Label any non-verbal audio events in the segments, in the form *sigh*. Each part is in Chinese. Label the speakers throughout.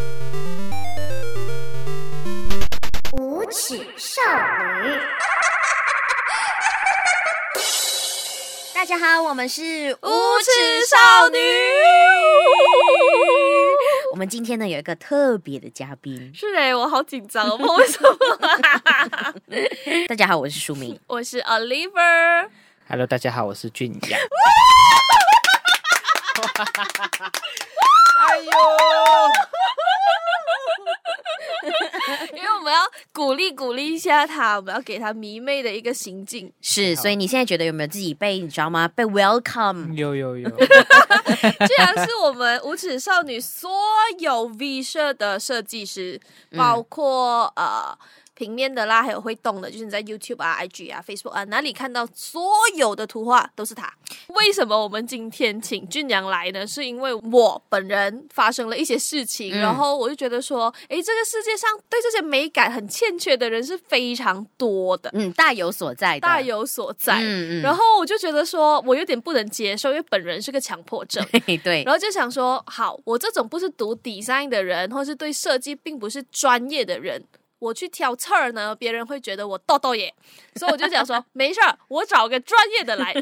Speaker 1: *laughs* 家好，我们是
Speaker 2: 无耻少女。
Speaker 1: 我们今天呢有一个特别的嘉宾。
Speaker 2: 是哎、我好紧张，我不知道为什么。 *laughs*
Speaker 1: 大家好，我是舒明。
Speaker 2: 我是 Oliver，
Speaker 3: Hello，大家好，我是俊雅。 *laughs* 哎呦，
Speaker 2: 因为我们要鼓励鼓励一下他，我们要给他迷妹的一个行径。
Speaker 1: 是，所以你现在觉得有没有自己被你知道吗？被 welcome？
Speaker 3: 嗯有有有，
Speaker 2: 居然是我们无耻少女所有 V 社的设计师，
Speaker 1: 嗯
Speaker 2: 包括、呃。平面的啦，还有会动的，就是你在 YouTube 啊、IG 啊、Facebook 啊哪里看到所有的图画都是他。为什么我们今天请俊良来呢？是因为我本人发生了一些事情，
Speaker 1: 嗯
Speaker 2: 然后我就觉得说，诶，这个世界上对这些美感很欠缺的人是非常多的，
Speaker 1: 嗯，大有所在的，
Speaker 2: 大有所在。
Speaker 1: 嗯
Speaker 2: 然后我就觉得说，我有点不能接受，因为本人是个强迫症。
Speaker 1: 嘿嘿 *laughs* 对，
Speaker 2: 然后就想说，好，我这种不是读 design 的人，或是对设计并不是专业的人，我去挑刺儿呢，别人会觉得我豆豆耶。所以我就想说，没事儿，我找个专业的来。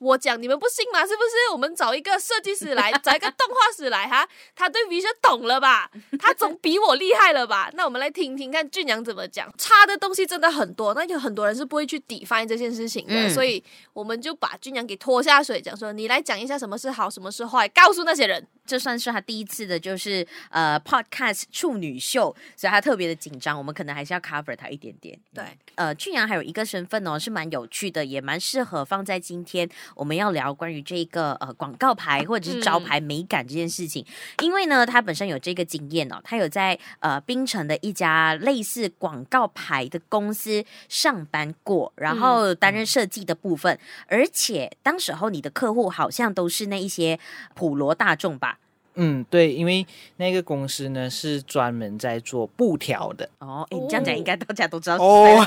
Speaker 2: 我讲你们不信吗？是不是？我们找一个设计师来，找一个动画师来哈， *laughs* 他对 v i 懂了 *laughs* 吧？他总比我厉害了吧？那我们来听听看俊阳怎么讲。差的东西真的很多，那有很多人是不会去 define 这件事情的，
Speaker 1: 嗯
Speaker 2: 所以我们就把俊阳给拖下水，讲说你来讲一下什么是好，什么是坏，告诉那些 *laughs* 人。
Speaker 1: 这算是他第一次的，就是呃 podcast 处女秀，所以他特别的紧张。我们可能还是要 cover 他一点点。
Speaker 2: 对，
Speaker 1: 呃，俊阳还有一个身份哦，是蛮有趣的，也蛮适合放在今天我们要聊关于这个呃广告牌或者是招牌美感这件事情，因为呢，他本身有这个经验哦，他有在呃槟城的一家类似广告牌的公司上班过，然后担任设计的部分，而且当时候你的客户好像都是那一些普罗大众吧。
Speaker 3: 嗯，对，因为那个公司呢是专门在做布条的
Speaker 1: 哦，诶你这样讲
Speaker 2: 哦
Speaker 1: 应该大家都知道是谁
Speaker 3: *laughs* 哦
Speaker 1: 了，，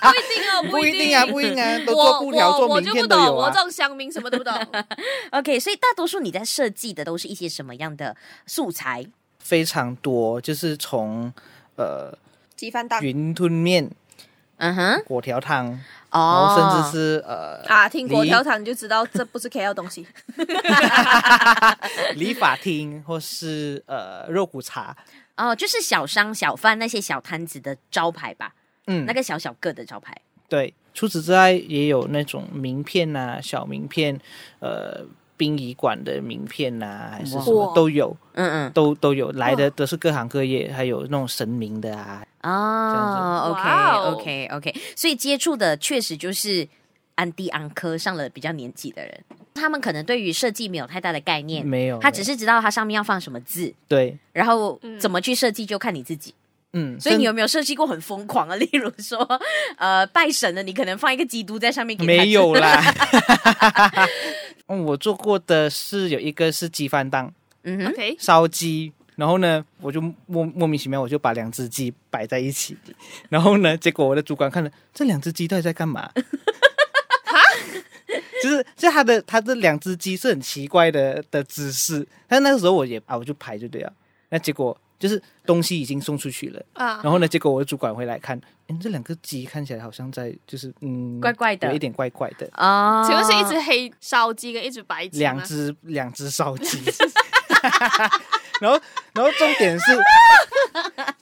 Speaker 2: 不一定哦，
Speaker 3: 不一定 *laughs* 啊，不一定啊，都
Speaker 2: 我
Speaker 3: 做布条、
Speaker 2: 我
Speaker 3: 做
Speaker 2: 我
Speaker 3: 名
Speaker 2: 就
Speaker 3: 片
Speaker 2: 不
Speaker 3: 都
Speaker 2: 懂，
Speaker 3: 有
Speaker 2: 我
Speaker 3: 啊
Speaker 2: 这。种乡民什么都
Speaker 3: *laughs*
Speaker 2: 不懂。
Speaker 1: OK，所以大多数你在设计的都是一些什么样的素材？
Speaker 3: 非常多，就是从呃
Speaker 2: 鸡饭档
Speaker 3: 云吞面、
Speaker 1: 嗯哼，
Speaker 3: 果条汤，然
Speaker 1: 哦，
Speaker 3: 后甚至是呃
Speaker 2: 啊，听果
Speaker 3: 梨
Speaker 2: 条糖你就知道这不是 KL 东西。
Speaker 3: 理发厅或是呃肉骨茶，
Speaker 1: *laughs* 哦，就是小商小贩那些小摊子的招牌吧，
Speaker 3: 嗯，
Speaker 1: 那个小小个的招牌。
Speaker 3: 对，除此之外也有那种名片呐、小名片，呃，殡仪馆的名片呐、还是什
Speaker 2: 哇
Speaker 3: 么都有，
Speaker 1: 嗯
Speaker 3: 都都有来的
Speaker 2: 哇
Speaker 3: 都是各行各业，还有那种神明的啊，
Speaker 1: 嗯，
Speaker 3: 样
Speaker 1: 哦
Speaker 2: 哇哦
Speaker 1: ，OK OK OK，所以接触的确实就是安迪安科上了比较年纪的人，他们可能对于设计没有太大的概念，
Speaker 3: 没有，
Speaker 1: 他只
Speaker 3: 是
Speaker 1: 是知道它上面要放什么字，
Speaker 3: 对，
Speaker 1: 然后
Speaker 2: 嗯
Speaker 1: 怎么去设计就看你自己。
Speaker 3: 嗯，
Speaker 1: 所以你
Speaker 3: 甚
Speaker 1: 有没有设计过很疯狂啊？例如说， *laughs* 呃，拜神的，你可能放一个基督在上面给他
Speaker 3: 没有啦。 *laughs* 嗯我做过的是有一个是鸡饭档
Speaker 1: *laughs* 嗯
Speaker 3: *laughs*
Speaker 1: 哼，
Speaker 2: OK，
Speaker 3: 烧鸡，然后呢，我就莫莫名其妙我就把两只鸡摆在一起，然后呢，结果我的主管看了这两只鸡到底在
Speaker 1: *laughs*
Speaker 3: 干嘛？就是就是他的他这两只鸡是很奇怪的的姿势，但那个时候我也啊我就排就对了，那结果就是东西已经送出去了。
Speaker 2: 啊，
Speaker 3: 然后呢，结果我的主管会来看，嗯，这两个鸡看起来好像在，就是嗯，
Speaker 1: 怪怪的
Speaker 3: 有一点怪怪的，
Speaker 1: 哦，
Speaker 2: 请问是一只黑烧鸡跟一只白鸡吗
Speaker 3: 两只两只烧鸡， *laughs* 然后然后重点是，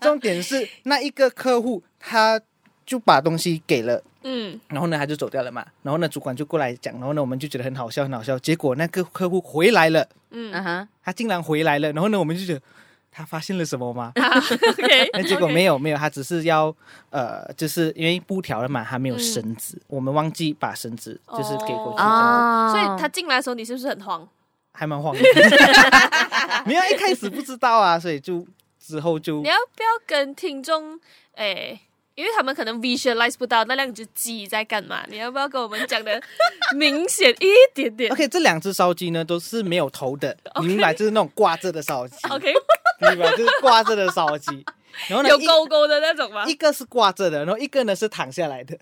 Speaker 3: 重点是那一个客户他就把东西给了。
Speaker 2: 嗯， *laughs*
Speaker 3: 然后呢，他就走掉了嘛。然后呢，主管就过来讲，然后呢，我们就觉得很好笑，很好笑。结果那个客户回来了，
Speaker 1: 嗯 *laughs* 哼，
Speaker 3: 他竟然回来了。然后呢，我们就觉得他发现了什么吗？
Speaker 2: 啊 OK，
Speaker 3: 那结果没有没有，他只是要呃，就是因为布条了嘛，他没有
Speaker 2: 嗯
Speaker 3: 绳子，我们忘记把绳子
Speaker 2: 哦
Speaker 3: 就是给过去，这样
Speaker 1: 哦，
Speaker 2: 所以他进来的时候，你是不是很慌？
Speaker 3: 还
Speaker 2: *laughs*
Speaker 3: 蛮慌的。 *laughs* 没有一开始不知道啊，所以就之后就
Speaker 2: 你要不要跟听众诶？因为他们可能 visualize 不到那两只鸡在干嘛，你要不要跟我们讲的明显一点点
Speaker 3: OK，这两只烧鸡呢都是没有头的，你明白？就是那种挂着的烧鸡，
Speaker 2: ？OK，
Speaker 3: 明白？就是挂着的烧鸡。然后呢，
Speaker 2: 有
Speaker 3: 一
Speaker 2: 勾勾的那种吗 *laughs*
Speaker 3: 一个是挂着的，然后一个呢是躺下来的。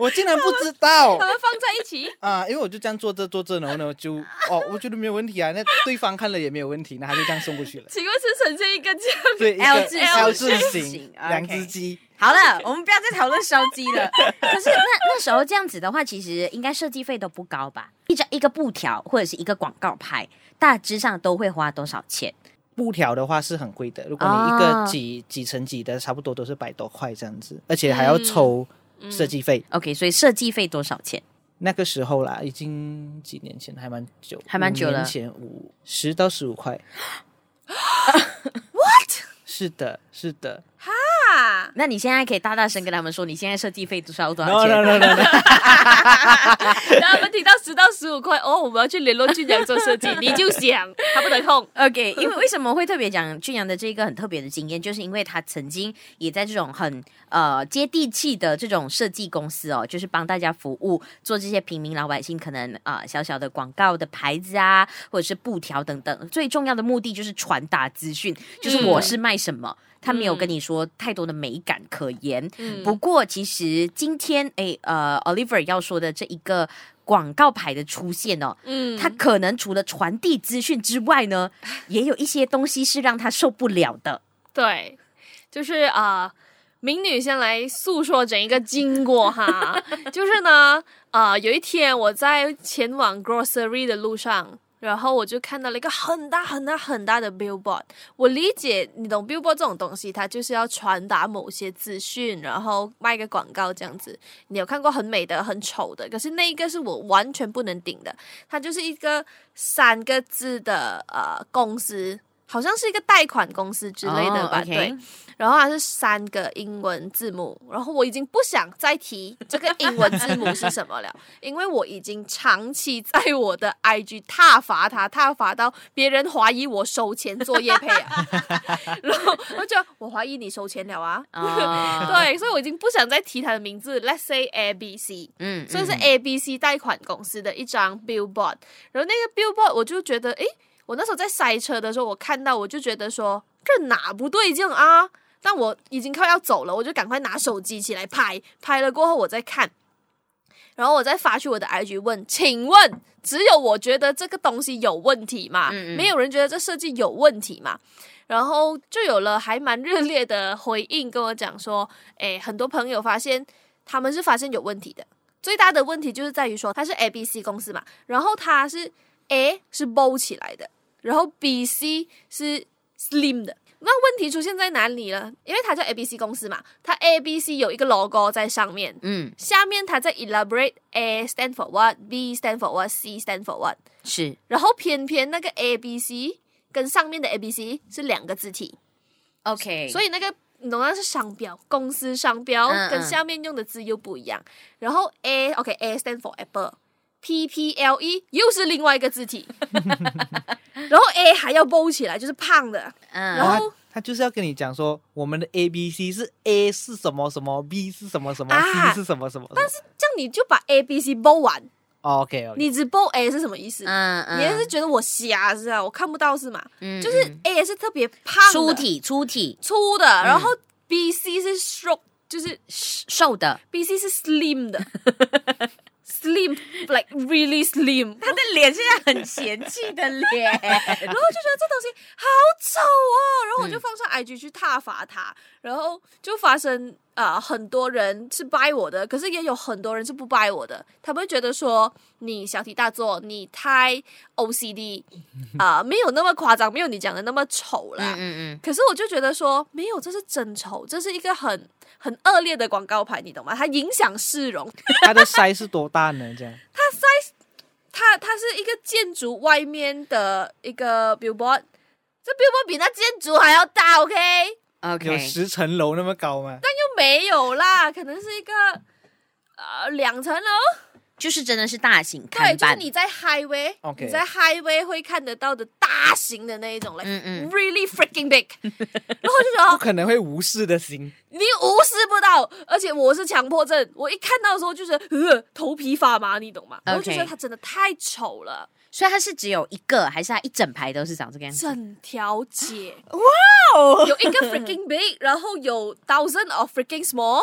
Speaker 3: 我竟然不知道
Speaker 2: 把它放在一起，
Speaker 3: 啊！因为我就这样坐这坐这，然后呢就哦，我觉得没有问题啊，那对方看了也没有问题，那他就这样送过
Speaker 1: *laughs*
Speaker 3: 去了。
Speaker 2: 请问是呈现一个这样
Speaker 3: 对一个
Speaker 1: L 字
Speaker 3: L
Speaker 1: 形
Speaker 3: 字
Speaker 1: 形
Speaker 3: 形，两
Speaker 1: ，OK
Speaker 3: 只鸡，
Speaker 1: 好了，我们不要再讨论烧鸡了。可是那那时候这样子的话，其实应该设计费都不高吧？一张一个布条或者是一个广告牌，大致上都会花多少钱？
Speaker 3: 布条的话是很贵的，如果你一个
Speaker 1: 啊
Speaker 3: 几几乘几的，差不多都是百多块这样子，而且还要抽
Speaker 1: 嗯
Speaker 3: 设计费。
Speaker 1: OK，所以设计费多少钱？
Speaker 3: 那个时候啦，已经几年前，还蛮久，
Speaker 1: 还蛮久了
Speaker 3: 五年前五十到十五块。What？是的，是的。
Speaker 2: 啊？
Speaker 1: 那你现在可以大大声跟他们说，你现在设计费多少多少
Speaker 3: No no
Speaker 1: 钱
Speaker 3: no no, no。
Speaker 2: 然后我们提到十到十五块，哦，我们要去联络俊阳做设计，你就想他不得空，
Speaker 1: OK，因为为什么会特别讲俊阳的这个很特别的经验，就是因为他曾经也在这种很呃接地气的这种设计公司哦，就是帮大家服务，做这些平民老百姓可能啊、呃小小的广告的牌子啊，或者是布条等等。最重要的目的就是传达资讯，就是我是卖什么。他没有跟你说太多的美感可言，
Speaker 2: 嗯
Speaker 1: 不过其实今天诶呃，Oliver 要说的这一个广告牌的出现哦，
Speaker 2: 嗯
Speaker 1: 他可能除了传递资讯之外呢，也有一些东西是让他受不了 *laughs* 的。
Speaker 2: 对，就是啊、呃民女先来诉说整一个经过哈，就是呢，呃，有一天我在前往 grocery 的路上。然后我就看到了一个很大很大很大的 billboard。我理解，你懂 billboard 这种东西，它就是要传达某些资讯，然后卖个广告这样子。你有看过很美的、很丑的，可是那一个是我完全不能顶的。它就是一个三个字的呃公司，好像是一个贷款公司之类的
Speaker 1: 哦
Speaker 2: 吧
Speaker 1: ，OK
Speaker 2: 对。然后它是三个英文字母，然后我已经不想再提这个英文字母是什么了， *laughs* 因为我已经长期在我的 IG 踏伐它，踏伐到别人怀疑我收钱做业配啊， *laughs* 然后我就我怀疑你收钱了啊，
Speaker 1: 啊
Speaker 2: 对，所以我已经不想再提它的名字，Let's say A B C。
Speaker 1: 嗯，嗯
Speaker 2: 所以是 A B C 贷款公司的一张 billboard，然后那个 billboard 我就觉得，诶，我那时候在塞车的时候，我看到我就觉得说这哪不对劲啊！但我已经快要走了，我就赶快拿手机起来拍，拍了过后我再看，然后我再发去我的 IG 问，请问只有我觉得这个东西有问题嘛？
Speaker 1: 嗯嗯
Speaker 2: 没有人觉得这设计有问题嘛？然后就有了还蛮热烈的回应，跟我讲说，诶，很多朋友发现他们是发现有问题的，最大的问题就是在于说它是 A B C 公司嘛，然后它是 A 是 bold 起来的，然后 B C 是 slim 的。那问题出现在哪里呢？因为它叫 A B C 公司嘛，它 A B C 有一个 logo 在上面，
Speaker 1: 嗯
Speaker 2: 下面它在 elaborate A stand for what，B stand for what，C stand for what，
Speaker 1: 是
Speaker 2: 然后偏偏那个 A B C 跟上面的 A B C 是两个字体，
Speaker 1: OK，
Speaker 2: 所
Speaker 1: 以
Speaker 2: 以那个你懂那是商标，公司商标
Speaker 1: 嗯嗯
Speaker 2: 跟下面用的字又不一样。然后 A OK A stand for apple，P P L E 又是另外一个字体， *laughs* 然后 A 还要包起来，就是胖的。然
Speaker 1: 嗯
Speaker 2: 后
Speaker 3: 哇他他就是要跟你讲说，我们的 A B C 是 A 是什么什么，B 是什么什么、
Speaker 2: 啊
Speaker 3: c 是什么什么什么。哦但是、
Speaker 2: 这样你就把 A B C 包完，
Speaker 3: OK OK，
Speaker 2: 你只包 A 是什么意思？
Speaker 1: 嗯
Speaker 2: 你也是觉得我瞎是啊？我看不到是吗？
Speaker 1: 嗯
Speaker 2: 就是
Speaker 1: 嗯
Speaker 2: A 是特别胖的
Speaker 1: 粗体嗯粗体
Speaker 2: 粗的，然后 B C 是 short，就是
Speaker 1: 瘦的，
Speaker 2: B C 是 slim
Speaker 1: *laughs*
Speaker 2: 的，slim like really slim，
Speaker 1: 他的脸现在很嫌弃的脸。
Speaker 2: 然后就觉得这东西好丑哦，然后我
Speaker 1: 嗯
Speaker 2: 就放上 IG 去挞伐它，然后就发生呃很多人是掰我的，可是也有很多人是不掰我的，他们会觉得说你小题大做，你太
Speaker 1: *laughs*
Speaker 2: OCD 啊、没有那么夸张，没有你讲的那么丑啦。
Speaker 1: *laughs* 嗯嗯
Speaker 2: 可是我就觉得说，没有，这是真丑，这是一个很很恶劣的广告牌，你懂吗？它影响市容，
Speaker 3: 他的腮是多大呢？
Speaker 1: *laughs*
Speaker 3: 这样
Speaker 2: 它它是一个建筑外面的一个 billboard，这 billboard 比那建筑还要大，OK？又
Speaker 1: 嗯
Speaker 3: 有
Speaker 1: ，OK，
Speaker 3: 十层楼那么高吗？
Speaker 2: 没有啦，可能是一个呃两层楼，
Speaker 1: 就是真的是大型
Speaker 2: 对，
Speaker 1: 看
Speaker 2: 就是
Speaker 1: 板，
Speaker 2: 你在 highway，、
Speaker 3: OK
Speaker 2: 你在 highway 会看得到的大型的那一种，like、
Speaker 1: 嗯嗯
Speaker 2: really freaking big，然后 *laughs* 我就觉得
Speaker 3: 不可能会无视的心。
Speaker 2: 你无视不到，而且我是强迫症，我一看到的时候就是呃头皮发麻，你懂吗？我就觉得
Speaker 1: OK
Speaker 2: 它真的太丑了，
Speaker 1: 所以它是只有一个，还是它一整排都是啊长这个样子？
Speaker 2: 整条街
Speaker 1: 哦，
Speaker 2: 有一个 freaking big，然后有 thousand of freaking small，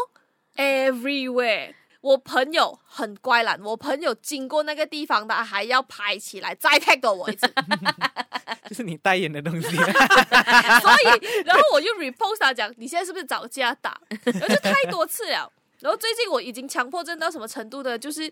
Speaker 2: everywhere。我朋友很乖啦，我朋友经过那个地方的还要拍起来，再 tag 给我一次。
Speaker 3: *laughs* 就是你代言的东
Speaker 1: *laughs*
Speaker 3: 西。
Speaker 2: 所以，然后我就 repost 他讲，你现在是不是找架打？然后就太多次了。然后最近我已经强迫症到什么程度呢？就是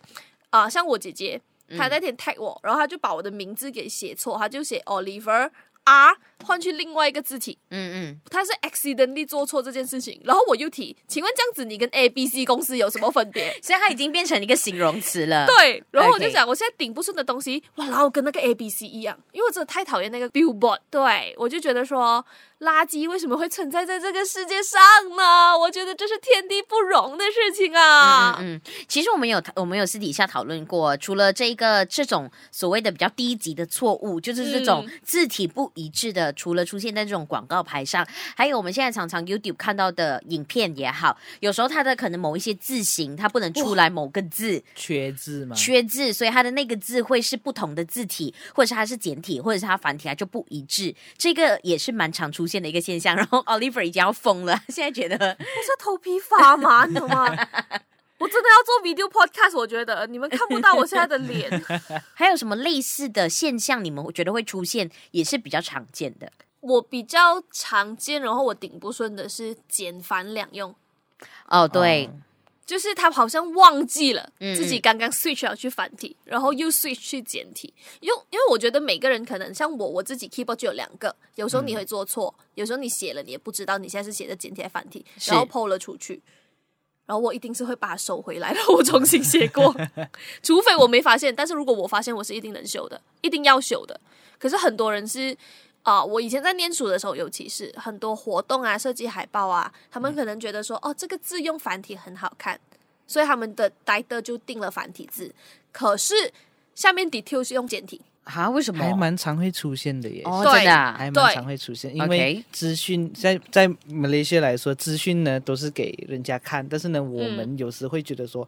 Speaker 2: 啊、呃像我姐姐，她那天 tag 我，然后她就把我的名字给写错，她就写 Oliver R 换去另外一个字体，
Speaker 1: 嗯
Speaker 2: 她是 accidentally 做错这件事情。然后我又提，请问这样子你跟 A B C 公司有什么分别
Speaker 1: 嗯，？所以它已经变成一个形容词了。
Speaker 2: 对，然后我就
Speaker 1: OK
Speaker 2: 讲，我现在顶不顺的东西，哇，然后跟那个 A B C 一样，因为我真的太讨厌那个 Billboard。对，我就觉得说，垃圾为什么会存在在这个世界上呢？我觉得这是天地不容的事情啊。
Speaker 1: 嗯，其实我们有我们有私底下讨论过，除了这一个这种所谓的比较低级的错误，就是这种字体不一致的，除了出现在这种广告牌上，还有我们现在常常 YouTube 看到的影片也好，有时候它的可能某一些字形它不能出来某个字
Speaker 3: 缺字嘛，
Speaker 1: 缺字，所以它的那个字会是不同的字体，或者是它是简体，或者是它繁体，它就不一致。这个也是蛮常出现的一个现象。然后 Oliver 已经要疯了， *laughs* 现在觉得
Speaker 2: 我是头皮发麻，你懂吗？ *laughs* 我真的要做 video podcast，我觉得你们看不到我现在的
Speaker 1: *laughs*
Speaker 2: 脸。
Speaker 1: 还有什么类似的现象，你们觉得会出现，也是比较常见的
Speaker 2: 我比较常见，然后我顶不顺的是简繁两用。
Speaker 1: 哦。对，
Speaker 3: 嗯
Speaker 2: 就是他好像忘记了
Speaker 1: 嗯
Speaker 2: 自己刚刚 switch 了去繁体，然后又 switch 去简体。因为因为我觉得每个人可能像我，我自己 keyboard 就有两个，有时候你会做错，有时候你写了你也不知道你现在是写的简体还是繁体，
Speaker 1: 是
Speaker 2: 然后 PO 了出去，然后我一定是会把它收回来，然后我重新写过，除非我没发现。但是如果我发现，我是一定能修的，一定要修的。可是很多人是。啊、我以前在念书的时候，尤其是很多活动啊、设计海报啊，他们可能觉得说，哦，这个字用繁体很好看，所以他们的 title 就定了繁体字。可是下面 detail 是用简体，
Speaker 1: 啊，为什
Speaker 3: 还
Speaker 1: 么？
Speaker 3: 蛮常会出现的耶。
Speaker 1: 哦，
Speaker 2: 对
Speaker 1: 真的啊、
Speaker 3: 还蛮
Speaker 2: 对
Speaker 3: 常会出现，因
Speaker 1: OK
Speaker 3: 为资讯在在马来西亚来说，资讯呢都是给人家看，但是呢，我
Speaker 1: 嗯
Speaker 3: 们有时会觉得说，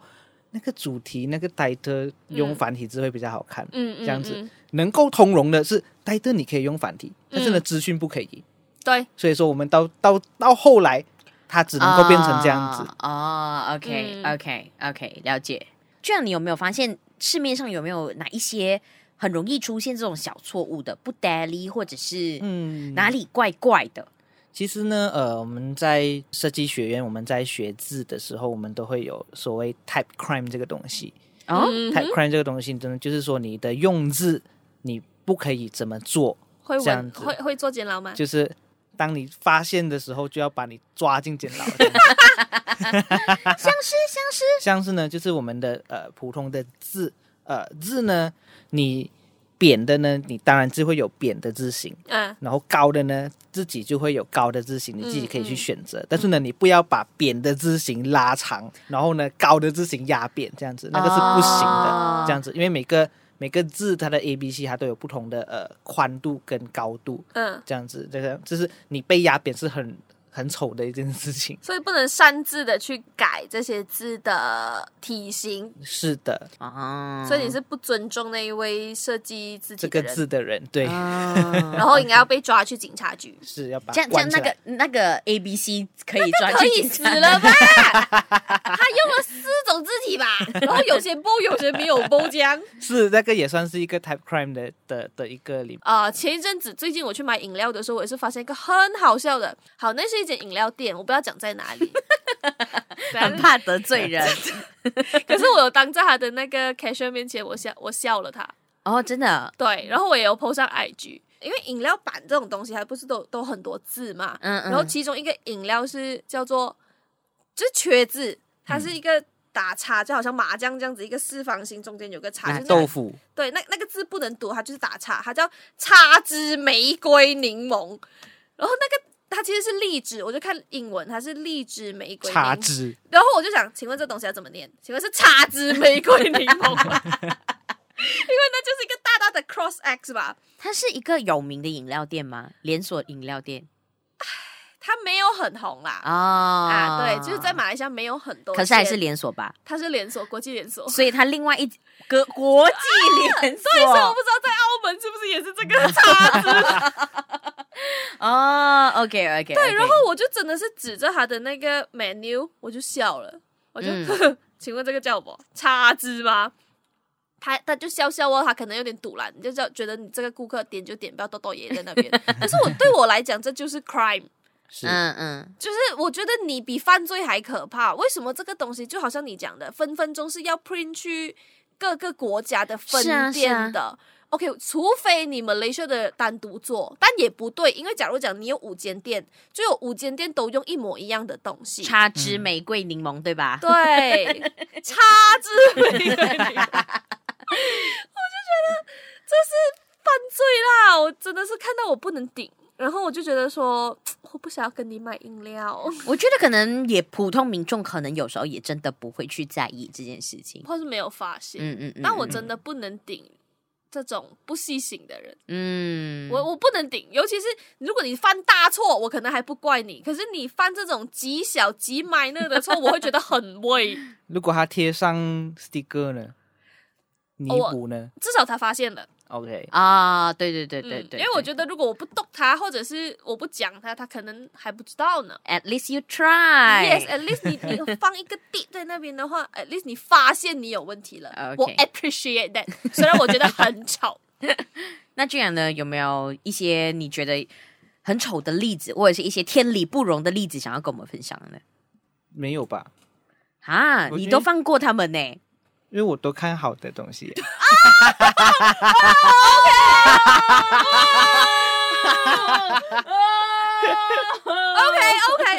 Speaker 3: 那个主题那个
Speaker 1: 嗯
Speaker 3: title 用繁体字会比较好看，
Speaker 2: 嗯，嗯
Speaker 3: 这样子
Speaker 2: 嗯
Speaker 3: 能够通融的是 title 你可以用繁体，但是呢，
Speaker 2: 嗯
Speaker 3: 资讯不可以，
Speaker 2: 对，
Speaker 3: 所以说我们到到到后来，它只能够变成这样
Speaker 2: 啊
Speaker 3: 子。
Speaker 1: 哦哦，OK
Speaker 2: 嗯
Speaker 1: OK OK，了解。这样你有没有发现市面上有没有哪一些很容易出现这种小错误的不 daily，或者是
Speaker 3: 嗯，
Speaker 1: 哪里怪怪的？
Speaker 3: 其实呢，呃，我们在设计学院，我们在学字的时候，我们都会有所谓 type crime 这个东西。
Speaker 1: 哦，
Speaker 2: 嗯
Speaker 3: type crime 这个东西，真的就是说你的用字你不可以怎么做，
Speaker 2: 会
Speaker 3: 这样
Speaker 2: 文
Speaker 3: 子
Speaker 2: 会会做监牢吗？
Speaker 3: 就是当你发现的时候，就要把你抓进监牢。
Speaker 2: *laughs*
Speaker 3: 这样子
Speaker 1: 像是像是
Speaker 3: 像是呢，就是我们的呃普通的字，呃字呢，你扁的呢，你当然就会有扁的字形。
Speaker 2: 嗯，
Speaker 3: 然后高的呢，自己就会有高的字形，你自己可以
Speaker 2: 嗯
Speaker 3: 去选择。但是呢，你不要把扁的字形拉长，然后呢高的字形压扁，这样子那个是不行的。
Speaker 1: 哦
Speaker 3: 这样子，因为每个每个字它的 A、B、C 它都有不同的呃宽度跟高度，
Speaker 2: 嗯，
Speaker 3: 这样子，这个就是你被压扁是很很丑的一件事情。
Speaker 2: 所以不能擅自的去改这些字的体型，
Speaker 3: 是的，
Speaker 1: 哦，
Speaker 2: 所以你是不尊重那一位设计自己
Speaker 3: 嗯这
Speaker 2: 的
Speaker 3: 个
Speaker 2: 人，
Speaker 3: 字的人对、 *laughs*
Speaker 1: 哦
Speaker 2: 然后应该要被抓去警察局。
Speaker 3: 是要把
Speaker 1: 这
Speaker 3: 它
Speaker 1: 样这样
Speaker 3: 关起
Speaker 1: 那
Speaker 3: 来。
Speaker 1: 个那个 A B C 可以抓
Speaker 2: 可
Speaker 1: 去
Speaker 2: 以
Speaker 1: 警
Speaker 2: 死
Speaker 1: 察
Speaker 2: 了
Speaker 3: *laughs*
Speaker 2: 吧？他用了四种字体吧，然后有些包，有些没有包这样。
Speaker 3: 是那个也算是一个 type crime 的的的一个里
Speaker 2: 啊、前一阵子最近我去买饮料的时候，我也是发现一个很好笑的。好，那是一间饮料店，我不知道讲在哪
Speaker 3: *laughs*
Speaker 2: 里。
Speaker 1: 很怕得罪人
Speaker 2: *laughs* 可是我有当在他的那个 cashier 面前，我笑，我笑了他。
Speaker 1: 哦，真的，
Speaker 2: 对，然后我也有 po 上 IG，因为饮料版这种东西还不是都都很多字嘛。
Speaker 1: 嗯嗯，
Speaker 2: 然后其中一个饮料是叫做，就是缺字，它是一个打叉，就好像麻将这样子，一个四方形中间有个叉，
Speaker 3: 拿
Speaker 2: 就是那
Speaker 3: 豆
Speaker 2: 个
Speaker 3: 腐
Speaker 2: 对，那那个字不能读，它就是打叉，它叫叉枝玫瑰柠檬。然后那个它其实是荔枝，我就看英文，它是荔枝玫瑰柠
Speaker 3: 插枝，
Speaker 2: 然后我就想，请问这东西要怎么念？请问是叉枝玫瑰柠檬吗？因为那就是一个大大的 cross X 吧，
Speaker 1: 它是一个有名的饮料店吗？连锁饮料店
Speaker 2: 它没有很红啦。
Speaker 1: 啊
Speaker 2: 啊，
Speaker 1: 啊
Speaker 2: 对，就是在，马来西亚没有很多间，
Speaker 1: 可是还是连锁吧，
Speaker 2: 它是连锁，国际连锁，所
Speaker 1: 所以它另外一个国际连
Speaker 2: *laughs* 以说我
Speaker 1: 锁
Speaker 2: 不知道在澳门是不是也是这个叉子
Speaker 1: 哦，OK OK，
Speaker 2: 对，然后我就真的是指着他的那个 menu，我就笑了。我就、 *laughs* 请问这个叫什么叉子吗？他他就笑笑哦，他可能有点堵了，你就叫觉得你这个顾客点就点，不要豆豆爷在那边。但是我对我来讲，这就是 crime。
Speaker 3: 是
Speaker 1: 嗯嗯，
Speaker 2: 就是我觉得你比犯罪还可怕。为什么这个东西就好像你讲的，分分钟是要 print 去各个国家的分
Speaker 1: 是啊是啊
Speaker 2: 店的。OK，除非你们 Malaysia 的单独做，但也不对，因为假如讲你有五间店，就有五间店都用一模一样的东西。
Speaker 1: 茶汁玫瑰柠檬对吧？
Speaker 2: 嗯对，叉子玫 *laughs* 瑰，我就觉得这是犯罪啦！我真的是看到我不能顶，然后我就觉得说，我不想要跟你买饮料。
Speaker 1: 我觉得可能也普通民众可能有时候也真的不会去在意这件事情。
Speaker 2: 或是没有发现。
Speaker 1: 嗯嗯嗯，
Speaker 2: 但我真的不能顶这种不细心的人，
Speaker 1: 嗯，
Speaker 2: 我我不能顶。尤其是如果你犯大错，我可能还不怪你，可是你犯这种极小极 minor 的错，我会觉得很畏。
Speaker 3: 如果他贴上 sticker 呢，弥
Speaker 2: 我
Speaker 3: 补呢
Speaker 2: 至少他发现了，
Speaker 3: ？OK，
Speaker 1: 啊，对对对
Speaker 2: 嗯
Speaker 1: 对对，
Speaker 2: 因为我
Speaker 1: 对
Speaker 2: 觉得如果我不动他，或者是我不讲他，他可能还不知道呢。
Speaker 1: at least you try。
Speaker 2: Yes，at least 你
Speaker 1: *laughs*
Speaker 2: 你放一个 date 在那边的话，at least 你发现你有问题了。
Speaker 1: 啊 OK
Speaker 2: 我 appreciate that，虽然我觉得很 *laughs* 吵。
Speaker 1: 那这样呢，有没有一些你觉得很丑的例子，或者是一些天理不容的例子，想要跟我们分享的呢？
Speaker 3: 没有吧？
Speaker 1: 啊，
Speaker 3: 我觉得
Speaker 1: 你都放过他们呢、
Speaker 3: 因为我都看好的东西。
Speaker 2: OK OK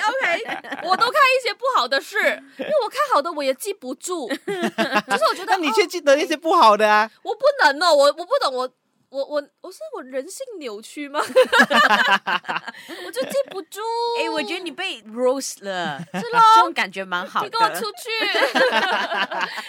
Speaker 2: OK，我都看一些不好的事，因为我看好的我也记不住，就是我觉得
Speaker 3: 那你却
Speaker 2: 哦
Speaker 3: 记得那些不好的啊？
Speaker 2: 我不能哦，我我不懂我。我我我是我人性扭曲吗？我就记不住。
Speaker 1: 哎、我觉得你被 roast 了，
Speaker 2: 是
Speaker 1: 这
Speaker 2: 喽
Speaker 1: 种，感觉蛮好
Speaker 2: 你
Speaker 1: 的。
Speaker 2: 给我出去！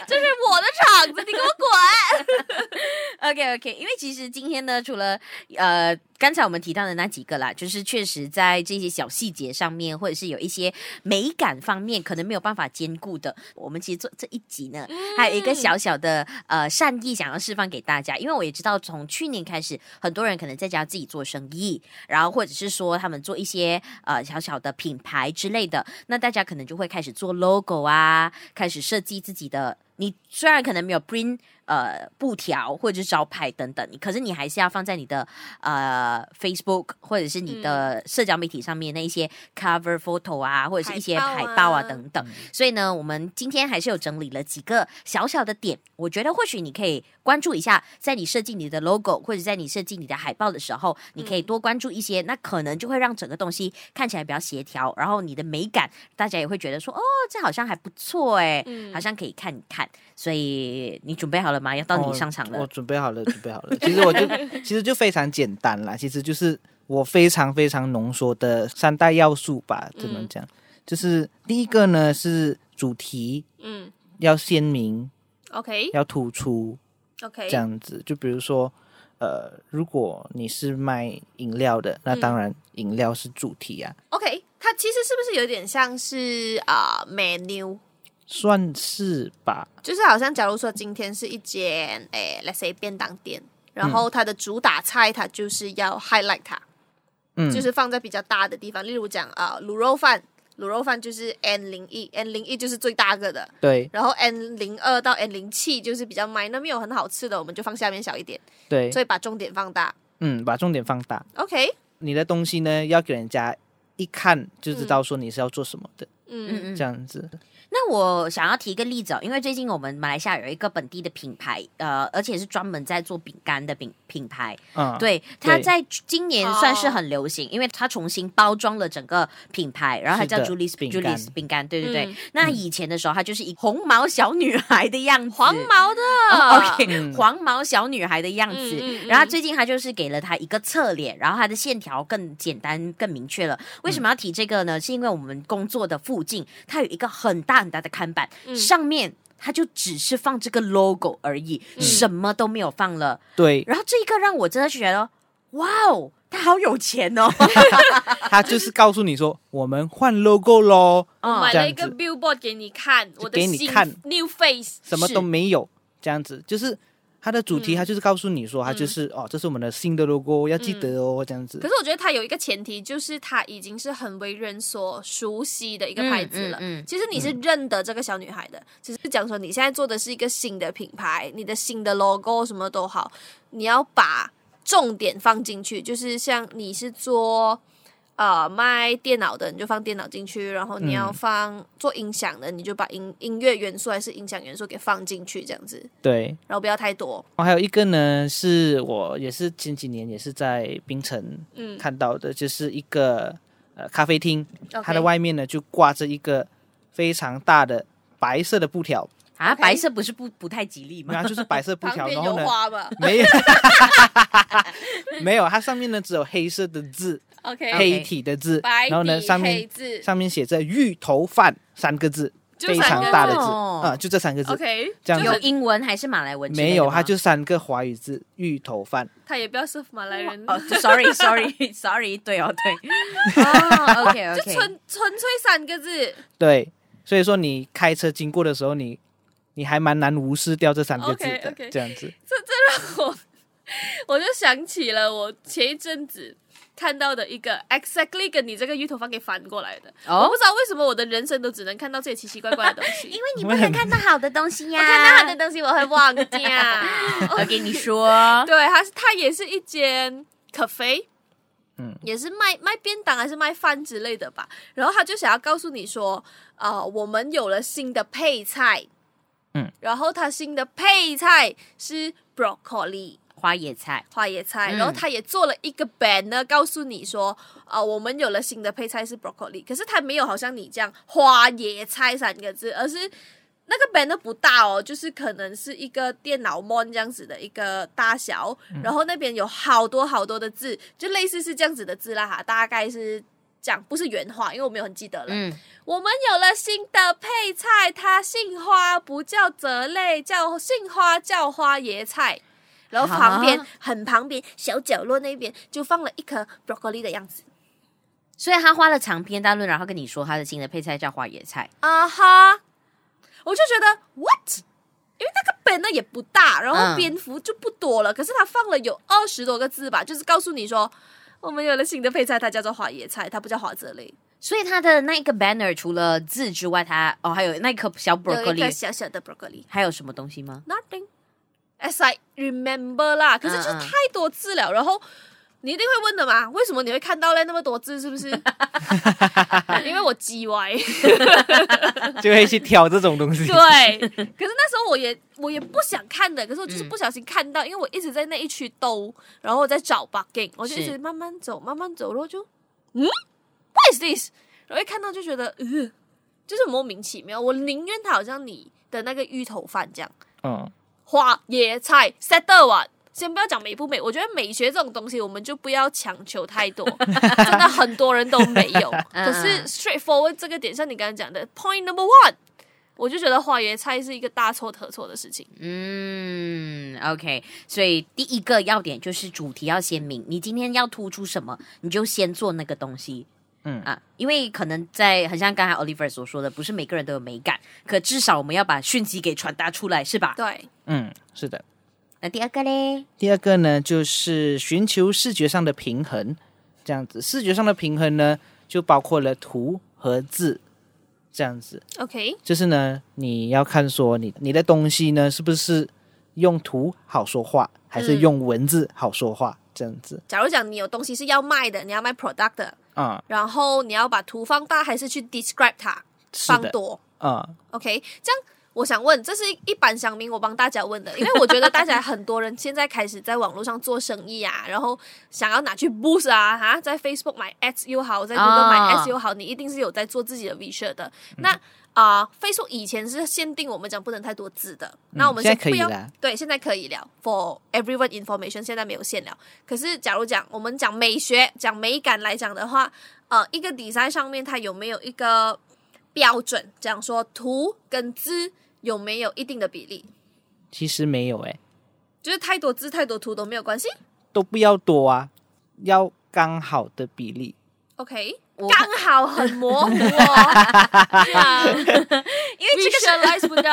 Speaker 2: 这是我的场子，你给我滚！
Speaker 1: OK OK，因为其实今天呢，除了呃刚才我们提到的那几个啦，就是确实在这些小细节上面，或者是有一些美感方面，可能没有办法兼顾的。我们其实做这一集呢，还有一个小小的呃善意想要释放给大家，因为我也知道从去年开始，很多人可能在家自己做生意，然后或者是说他们做一些呃小小的品牌之类的，那大家可能就会开始做 logo 啊，开始设计自己的。你虽然可能没有 print 呃布条或者是招牌等等，可是你还是要放在你的呃 Facebook 或者是你的社交媒体上面那一些 cover photo 啊，或者是一些
Speaker 2: 海
Speaker 1: 海
Speaker 2: 报啊
Speaker 1: 报啊等等。所以呢，我们今天还是有整理了几个小小的点，我觉得或许你可以关注一下，在你设计你的 logo 或者在你设计你的海报的时候，你
Speaker 2: 嗯
Speaker 1: 可以多关注一些，那可能就会让整个东西看起来比较协调，然后你的美感大家也会觉得说，哦，这好像还不错哎、
Speaker 2: 嗯
Speaker 1: 好像可以看一看。所以你准备好了吗？要到
Speaker 3: 哦
Speaker 1: 你上场了。
Speaker 3: 我准备好了，准备好了。其实我就其实就非常简单啦，其实就是我非常非常浓缩的三大要素吧，只
Speaker 2: 嗯
Speaker 3: 能讲，就是第一个呢是主题
Speaker 2: 嗯
Speaker 3: 要鲜明，
Speaker 2: ，OK
Speaker 3: 要突出
Speaker 2: OK，
Speaker 3: 这样子。就比如说，呃，如果你是卖饮料的，那
Speaker 2: 嗯
Speaker 3: 当然饮料是主题啊，
Speaker 2: OK，它其实是不是有点像是啊、menu？
Speaker 3: 算是吧。
Speaker 2: 就是好像假如说今天是一间诶，let's say 便当店，然后它的主打菜它就是要 highlight 它，
Speaker 3: 嗯，
Speaker 2: 就是放在比较大的地方，例如讲啊、卤肉饭，卤肉饭就是 N 零一，N 零一就是最大个的。
Speaker 3: 对
Speaker 2: 然后 N 零二到 N 零七就是比较 minor，没有很好吃的，我们就放下面小一点，
Speaker 3: 对
Speaker 2: 所，以把重点放大。
Speaker 3: 嗯，把重点放大。
Speaker 2: OK，
Speaker 3: 你的东西呢，要给人家一看就知道说你是要做什么的，
Speaker 2: 嗯
Speaker 1: 嗯
Speaker 3: 这样子。
Speaker 1: 那我想要提一个例子哦，因为最近我们马来西亚有一个本地的品牌，呃，而且是专门在做饼干的品品牌，
Speaker 3: 嗯，
Speaker 1: 对，它
Speaker 3: 对
Speaker 1: 在今年算是很流行，因为它重新包装了整个品牌，然后它
Speaker 3: 是
Speaker 1: 叫
Speaker 3: 的
Speaker 1: Julie's
Speaker 3: 饼
Speaker 1: Julie's
Speaker 3: 干
Speaker 1: 饼干，对对对。
Speaker 2: 嗯
Speaker 1: 那以前的时候，它就是以红毛小女孩的样子，
Speaker 2: 黄毛的、
Speaker 1: 哦 OK，、
Speaker 3: 嗯
Speaker 1: 黄毛小女孩的样子。
Speaker 2: 嗯嗯嗯
Speaker 1: 然后最近他就是给了她一个侧脸，然后她的线条更简单、更明确了。为
Speaker 3: 嗯
Speaker 1: 什么要提这个呢？是因为我们工作的附近，它有一个很大很大的看板，
Speaker 2: 嗯
Speaker 1: 上面。它就只是放这个 logo 而已，
Speaker 2: 嗯
Speaker 1: 什么都没有放了。
Speaker 3: 对，
Speaker 1: 然后这一个让我真的是觉得，哇哦，他好有钱哦！ *laughs*
Speaker 3: 他就是告诉你说我们换 logo 喽，
Speaker 2: 我
Speaker 1: 嗯
Speaker 2: 买
Speaker 3: 这
Speaker 2: 了
Speaker 3: 样
Speaker 2: 一个
Speaker 3: 子
Speaker 2: billboard 给你看，我的
Speaker 3: 给你
Speaker 2: 新
Speaker 3: 看
Speaker 2: new face。
Speaker 3: 什么
Speaker 1: 是
Speaker 3: 都没有，这样子就是它的主题它就是告诉你说，它就是哦，这是我们的新的 logo，要记
Speaker 2: 嗯
Speaker 3: 得哦，这样子
Speaker 2: 可。是我觉得它有一个前提，就是它已经是很为人所熟悉的一个牌子了。
Speaker 1: 嗯嗯嗯
Speaker 2: 其实你是认得这个小女孩
Speaker 3: 嗯
Speaker 2: 的，只是讲说你现在做的是一个新的品牌，你的新的 logo 什么都好，你要把重点放进去，就是像你是做。呃，卖电脑的你就放电脑进去，然后你
Speaker 3: 嗯
Speaker 2: 要放做音响的，你就把音音乐元素还是音响元素给放进去，这样子，
Speaker 3: 对，
Speaker 2: 然后不要太多。
Speaker 3: 然后还有一个呢，是我也是前几年也是在槟城
Speaker 2: 嗯
Speaker 3: 看到的，就是一个呃咖啡厅，
Speaker 2: o
Speaker 3: 它的外面呢就挂着一个非常大的白色的布条，
Speaker 1: 啊，
Speaker 2: OK
Speaker 1: 白色不是不不太吉利
Speaker 3: 然
Speaker 1: 吗？
Speaker 3: 后就是白色
Speaker 2: *laughs*
Speaker 3: 布
Speaker 2: 旁
Speaker 3: 条，
Speaker 2: 边
Speaker 3: 然
Speaker 2: 有
Speaker 3: 后呢
Speaker 2: 花吧
Speaker 3: *laughs* 没有没有，它上面呢只有黑色的字，
Speaker 2: ，OK，
Speaker 3: 黑体的字，
Speaker 2: 白
Speaker 3: 然后呢
Speaker 2: 底
Speaker 3: 上
Speaker 2: 黑
Speaker 3: 面
Speaker 2: 字
Speaker 3: 上面写着芋头饭三个字，
Speaker 2: 就
Speaker 3: 非
Speaker 2: 三
Speaker 3: 常
Speaker 2: 个
Speaker 3: 大的
Speaker 1: 字
Speaker 3: 字
Speaker 1: 哦
Speaker 3: 啊、就这三个字，
Speaker 2: OK，
Speaker 3: 这样
Speaker 2: 就
Speaker 1: *laughs* 有
Speaker 2: 是
Speaker 1: 英文还是马来文之类的吗？
Speaker 3: 啊没有，它就三个华语字芋头饭。
Speaker 2: 他也不要 serve 马来人，
Speaker 1: 哦，sorry，sorry，sorry，对哦，对， *laughs* 哦，OK
Speaker 2: 就
Speaker 1: OK，
Speaker 3: *laughs*
Speaker 2: 纯纯粹三个字。
Speaker 3: 对，所以说你开车经过的时候，你你还蛮难无视掉这三个字的
Speaker 2: OK，OK
Speaker 3: 这样子。
Speaker 2: 我就想起了我前一阵子看到的一个 exactly 跟你这个芋头饭给反过来的。我
Speaker 1: 哦
Speaker 2: 不，知道为什么我的人生都只能看到这些奇奇怪怪的东西，因
Speaker 1: 因
Speaker 2: 为
Speaker 1: 为啊你不能看到好的东西呀。
Speaker 2: 看到他的东西我会忘记啊。
Speaker 1: 我跟你说，
Speaker 2: 对，它是它也是一间 cafe，
Speaker 3: 嗯
Speaker 2: 也是卖卖便当还是卖饭之类的吧。然后他就想要告诉你说，呃，我们有了新的配菜，
Speaker 3: 嗯，
Speaker 2: 然后它新的配菜是 broccoli。
Speaker 1: 花野菜，
Speaker 2: 花椰菜，
Speaker 1: 嗯
Speaker 2: 然后他也做了一个 banner 告诉你说，呃，我们有了新的配菜是 broccoli，可是他没有好像你这样花椰菜三个字，而是那个 banner 不大哦，就是可能是一个电脑 mon 这样子的一个大小，然后那边有好多好多的字，就类似是这样子的字啦哈，大概是这样，不是原话，因为我没有很记得了。
Speaker 1: 嗯，
Speaker 2: 我们有了新的配菜，它杏花不叫泽类，叫杏花叫花椰菜。然后旁边、
Speaker 1: 啊
Speaker 2: 很旁边小角落那边就放了一颗 broccoli 的样子。
Speaker 1: 所以他花了长篇大论，然后跟你说他的新的配菜叫花野菜，
Speaker 2: 啊哈，我就觉得 what？因为那个本呢也不大，然后
Speaker 1: 嗯
Speaker 2: 蝙蝠就不多了，可是它放了有二十多个字吧，就是告诉你说我们有了新的配菜，它叫做花椰菜，它不叫花泽类。
Speaker 1: 所以他的那一个 banner 除了字之外，他哦还有那一颗小
Speaker 2: 有一颗
Speaker 1: broccoli，
Speaker 2: 小小的 broccoli。
Speaker 1: 还有什么东西吗？
Speaker 2: nothing as I remember 啦。可是就是
Speaker 1: 嗯
Speaker 2: 太多字了，然后你一定会问的嘛，为什么你会看到嘞那么多字？是
Speaker 1: *laughs*
Speaker 2: 不是？因为我叽歪。
Speaker 3: 就会去挑这种
Speaker 2: *laughs*
Speaker 3: 东西。
Speaker 2: 对，可是那时候我也我也不想看的，可是我就是不小心看到，因为我一直在那一区兜，然后我在找 bugging，我就一
Speaker 1: 是
Speaker 2: 直慢慢走，慢慢走，然后就嗯，what is this？然后一看到就觉得，呃，就是莫名其妙。我宁愿它好像你的那个芋头饭这样。
Speaker 3: 嗯，
Speaker 2: 花椰菜 settle 啊。先不要讲美不美，我觉得美学这种东西，我们就不要强求
Speaker 1: *laughs*
Speaker 2: 太多。真的很多人都没有，
Speaker 1: 嗯
Speaker 2: 可是 straightforward 这个点，像你刚刚讲的 point number one，我就觉得花椰菜是一个大错特错的事情。
Speaker 1: 嗯，OK，所以第一个要点就是主题要鲜明，你今天要突出什么，你就先做那个东西。
Speaker 3: 嗯
Speaker 1: 啊，因为可能在很像刚才 Oliver 所说的，不是每个人都有美感，可至少我们要把讯息给传达出来，是吧？
Speaker 2: 对，
Speaker 3: 嗯，是的。
Speaker 1: 那第二个嘞，
Speaker 3: 第二个呢，就是寻求视觉上的平衡，这样子。视觉上的平衡呢，就包括了图和字，这样子。
Speaker 2: OK，
Speaker 3: 就是呢，你要看说你你的东西呢，是不是用图好说话，还是
Speaker 2: 嗯
Speaker 3: 用文字好说话，这样子
Speaker 2: 假如讲你有东西是要卖的，你要卖 product 的，
Speaker 3: 啊、
Speaker 2: 然后你要把图放大，还是去 describe 它，
Speaker 3: 是
Speaker 2: 放
Speaker 3: 的
Speaker 2: 多？
Speaker 3: 啊、
Speaker 2: OK，这样我想问，这是一般乡民，我帮大家问的，因为我觉得大家很多人现在开始在网络上做生意啊，然后想要拿去 boost 啊，哈，在 Facebook 买 ads 又好，在 Google
Speaker 1: 哦
Speaker 2: 买 ads 又好，你一定是有在做自己的 research 的。那啊、f a c e b o o k 以前是限定我们讲不能太多字的，那我们
Speaker 3: 嗯现在
Speaker 2: 先不
Speaker 3: 可以
Speaker 2: 要
Speaker 3: 啦
Speaker 2: 对，现在可以了，for everyone information，现在没有限了。可是假如讲我们讲美学、讲美感来讲的话，呃，一个 design 上面它有没有一个标准，讲说图跟字有没有一定的比例？
Speaker 3: 其实没有诶、
Speaker 2: 就是太多字、太多图都没有关系。
Speaker 3: 都不要多啊，要刚好的比例。
Speaker 2: OK，
Speaker 1: 我
Speaker 3: *laughs*
Speaker 2: 刚好很模糊哦。这样
Speaker 1: 因为这个是
Speaker 2: visualize 不到，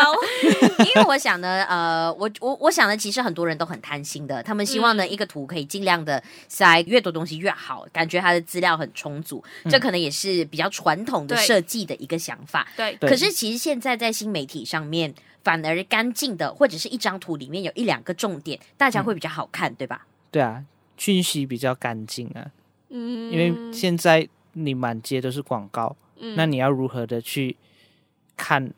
Speaker 1: *laughs* 因为我想呢，呃，我我我想呢，其实很多人都很贪心的，他们希望呢、
Speaker 2: 嗯
Speaker 1: 一个图可以尽量的塞越多东西越好，感觉它的资料很充足，这可能也是比较传统的
Speaker 2: 对
Speaker 1: 设计的一个想法。
Speaker 2: *laughs* 对
Speaker 3: 对
Speaker 1: 可是其实现在在新媒体上面，反而干净的或者是一张图里面有一两个重点，大家会比较好看，对吧？
Speaker 3: 对啊，讯息比较干净啊，
Speaker 2: 嗯，
Speaker 3: 因为现在你满街都是广告，
Speaker 2: 嗯
Speaker 3: 那你要如何的去看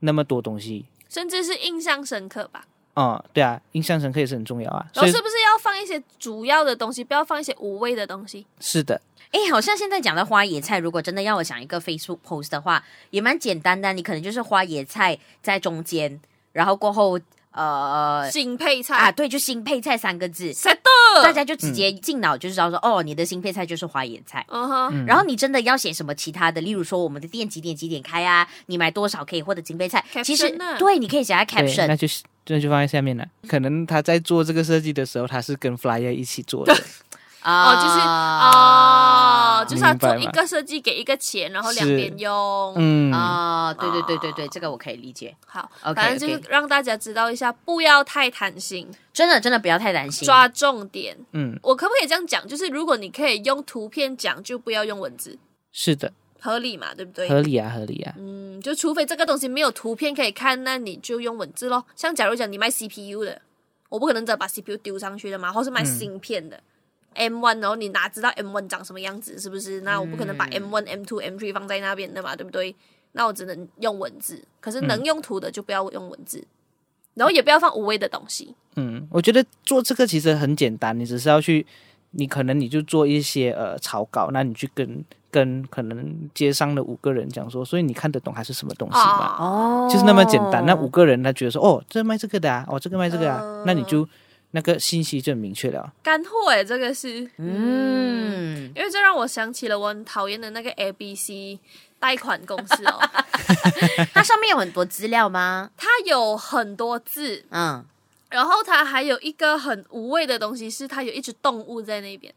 Speaker 3: 那么多东西？
Speaker 2: 甚至是印象深刻吧。
Speaker 3: 哦、对啊，印象深刻也是很重要啊。
Speaker 2: 然
Speaker 3: 所
Speaker 2: 后
Speaker 3: 以
Speaker 2: 是不是要放一些主要的东西，不要放一些无谓的东西？
Speaker 3: 是的，
Speaker 1: 哎，好像现在讲的花野菜，如果真的要我想一个 Facebook post 的话，也蛮简单的，你可能就是花野菜在中间，然后过后呃
Speaker 2: 新配菜
Speaker 1: 啊，对，就新配菜三个字，
Speaker 2: set
Speaker 1: 大家就直接进脑就知道说，哦，你的新配菜就是花椰菜。
Speaker 2: 嗯哼，
Speaker 1: 然后你真的要写什么其他的，例如说我们的店几点几点开啊，你买多少可以获得金杯菜。
Speaker 2: Caption
Speaker 1: 其实
Speaker 2: 啊
Speaker 1: 对，你可以写在
Speaker 3: 对，那
Speaker 1: caption。
Speaker 3: 就是那就放在下面了。
Speaker 2: 嗯
Speaker 3: 可能他在做这个设计的时候，他是跟 Flyer 一起做的，
Speaker 1: 啊
Speaker 2: 哦，就是哦，就是要做
Speaker 3: 啊明白
Speaker 2: 一
Speaker 3: 吗
Speaker 2: 个设计给一个钱，然后两
Speaker 3: 是
Speaker 2: 边用。
Speaker 3: 嗯，
Speaker 1: 啊，对对对对对，这个我可以理解。
Speaker 2: 好，
Speaker 1: OK，
Speaker 2: 反正就是让大家知道一下，不要太贪心，
Speaker 1: 真的真的不要太担心。
Speaker 2: 抓重点。
Speaker 3: 嗯，
Speaker 2: 我可不可以这样讲？就是如果你可以用图片讲，就不要用文字，
Speaker 3: 是的，
Speaker 2: 合理嘛？对不对？
Speaker 3: 合理啊，合理啊，
Speaker 2: 嗯，就除非这个东西没有图片可以看，那你就用文字咯。像假如讲你卖 CPU 的，我不可能只把 CPU 丢上去的嘛，或是卖芯片的。M one，然后你哪知道 M one 长什么样子，是不是？那我不可能把 M one、M two、M three 放在那边的嘛，对不对？那我只能用文字，可是能用图的就不要用文字，然后也不要放无谓的东西。
Speaker 3: 嗯，我觉得做这个其实很简单，你只是要去，你可能你就做一些呃草稿，那你去跟跟可能街上的五个人讲说，所以你看得懂它是什么东西吗？
Speaker 1: 哦
Speaker 2: 哦，
Speaker 3: 就是那么简单。那五个人他觉得说，哦，这卖这个的啊，哦，这个卖这个啊，
Speaker 2: 嗯
Speaker 3: 那你就那个信息就很明确了。
Speaker 2: 干货哎、这个是，
Speaker 1: *laughs* 嗯，
Speaker 2: 因为这让我想起了我很讨厌的那个 ABC 贷款公司哦，
Speaker 1: 它上面有很多资料吗？
Speaker 2: 它有很多字，
Speaker 1: 嗯，
Speaker 2: 然后它还有一个很无谓的东西，是它有一只动物在那边。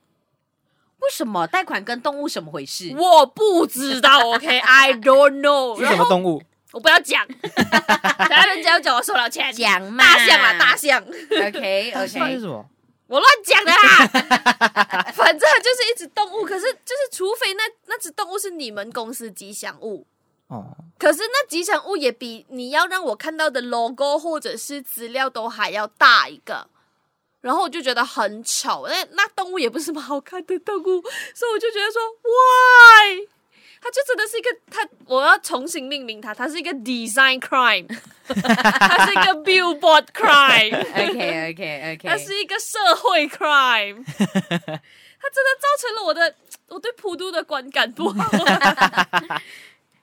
Speaker 1: 为什么贷款跟动物什么回事？
Speaker 2: *laughs* 我不知道，OK，I、don't know。
Speaker 3: 是什
Speaker 2: 然
Speaker 3: 么
Speaker 2: 后
Speaker 3: 动物？
Speaker 2: 我不要 *laughs* 讲，等下人家要讲我收了钱。
Speaker 1: 讲嘛，
Speaker 2: 大象啊，大
Speaker 1: *laughs*
Speaker 2: 象，
Speaker 1: OK
Speaker 3: 那是
Speaker 1: OK，
Speaker 3: 什么？
Speaker 2: 我乱讲的 *laughs* 啦。反正就是一只动物，可是就是除非那那只动物是你们公司吉祥物。
Speaker 3: 哦，
Speaker 2: 可是那吉祥物也比你要让我看到的 logo 或者是资料都还要大一个，然后我就觉得很丑。那那动物也不是什么好看的动物，所以我就觉得说，why？它就真的是一个，它我要重新命名它，它是一个 design crime，它是一 *laughs* 个 billboard crime，
Speaker 1: OK OK *laughs* OK，
Speaker 2: 它是一个社会 crime，它真的造成了我的我对普渡的观感不好。啊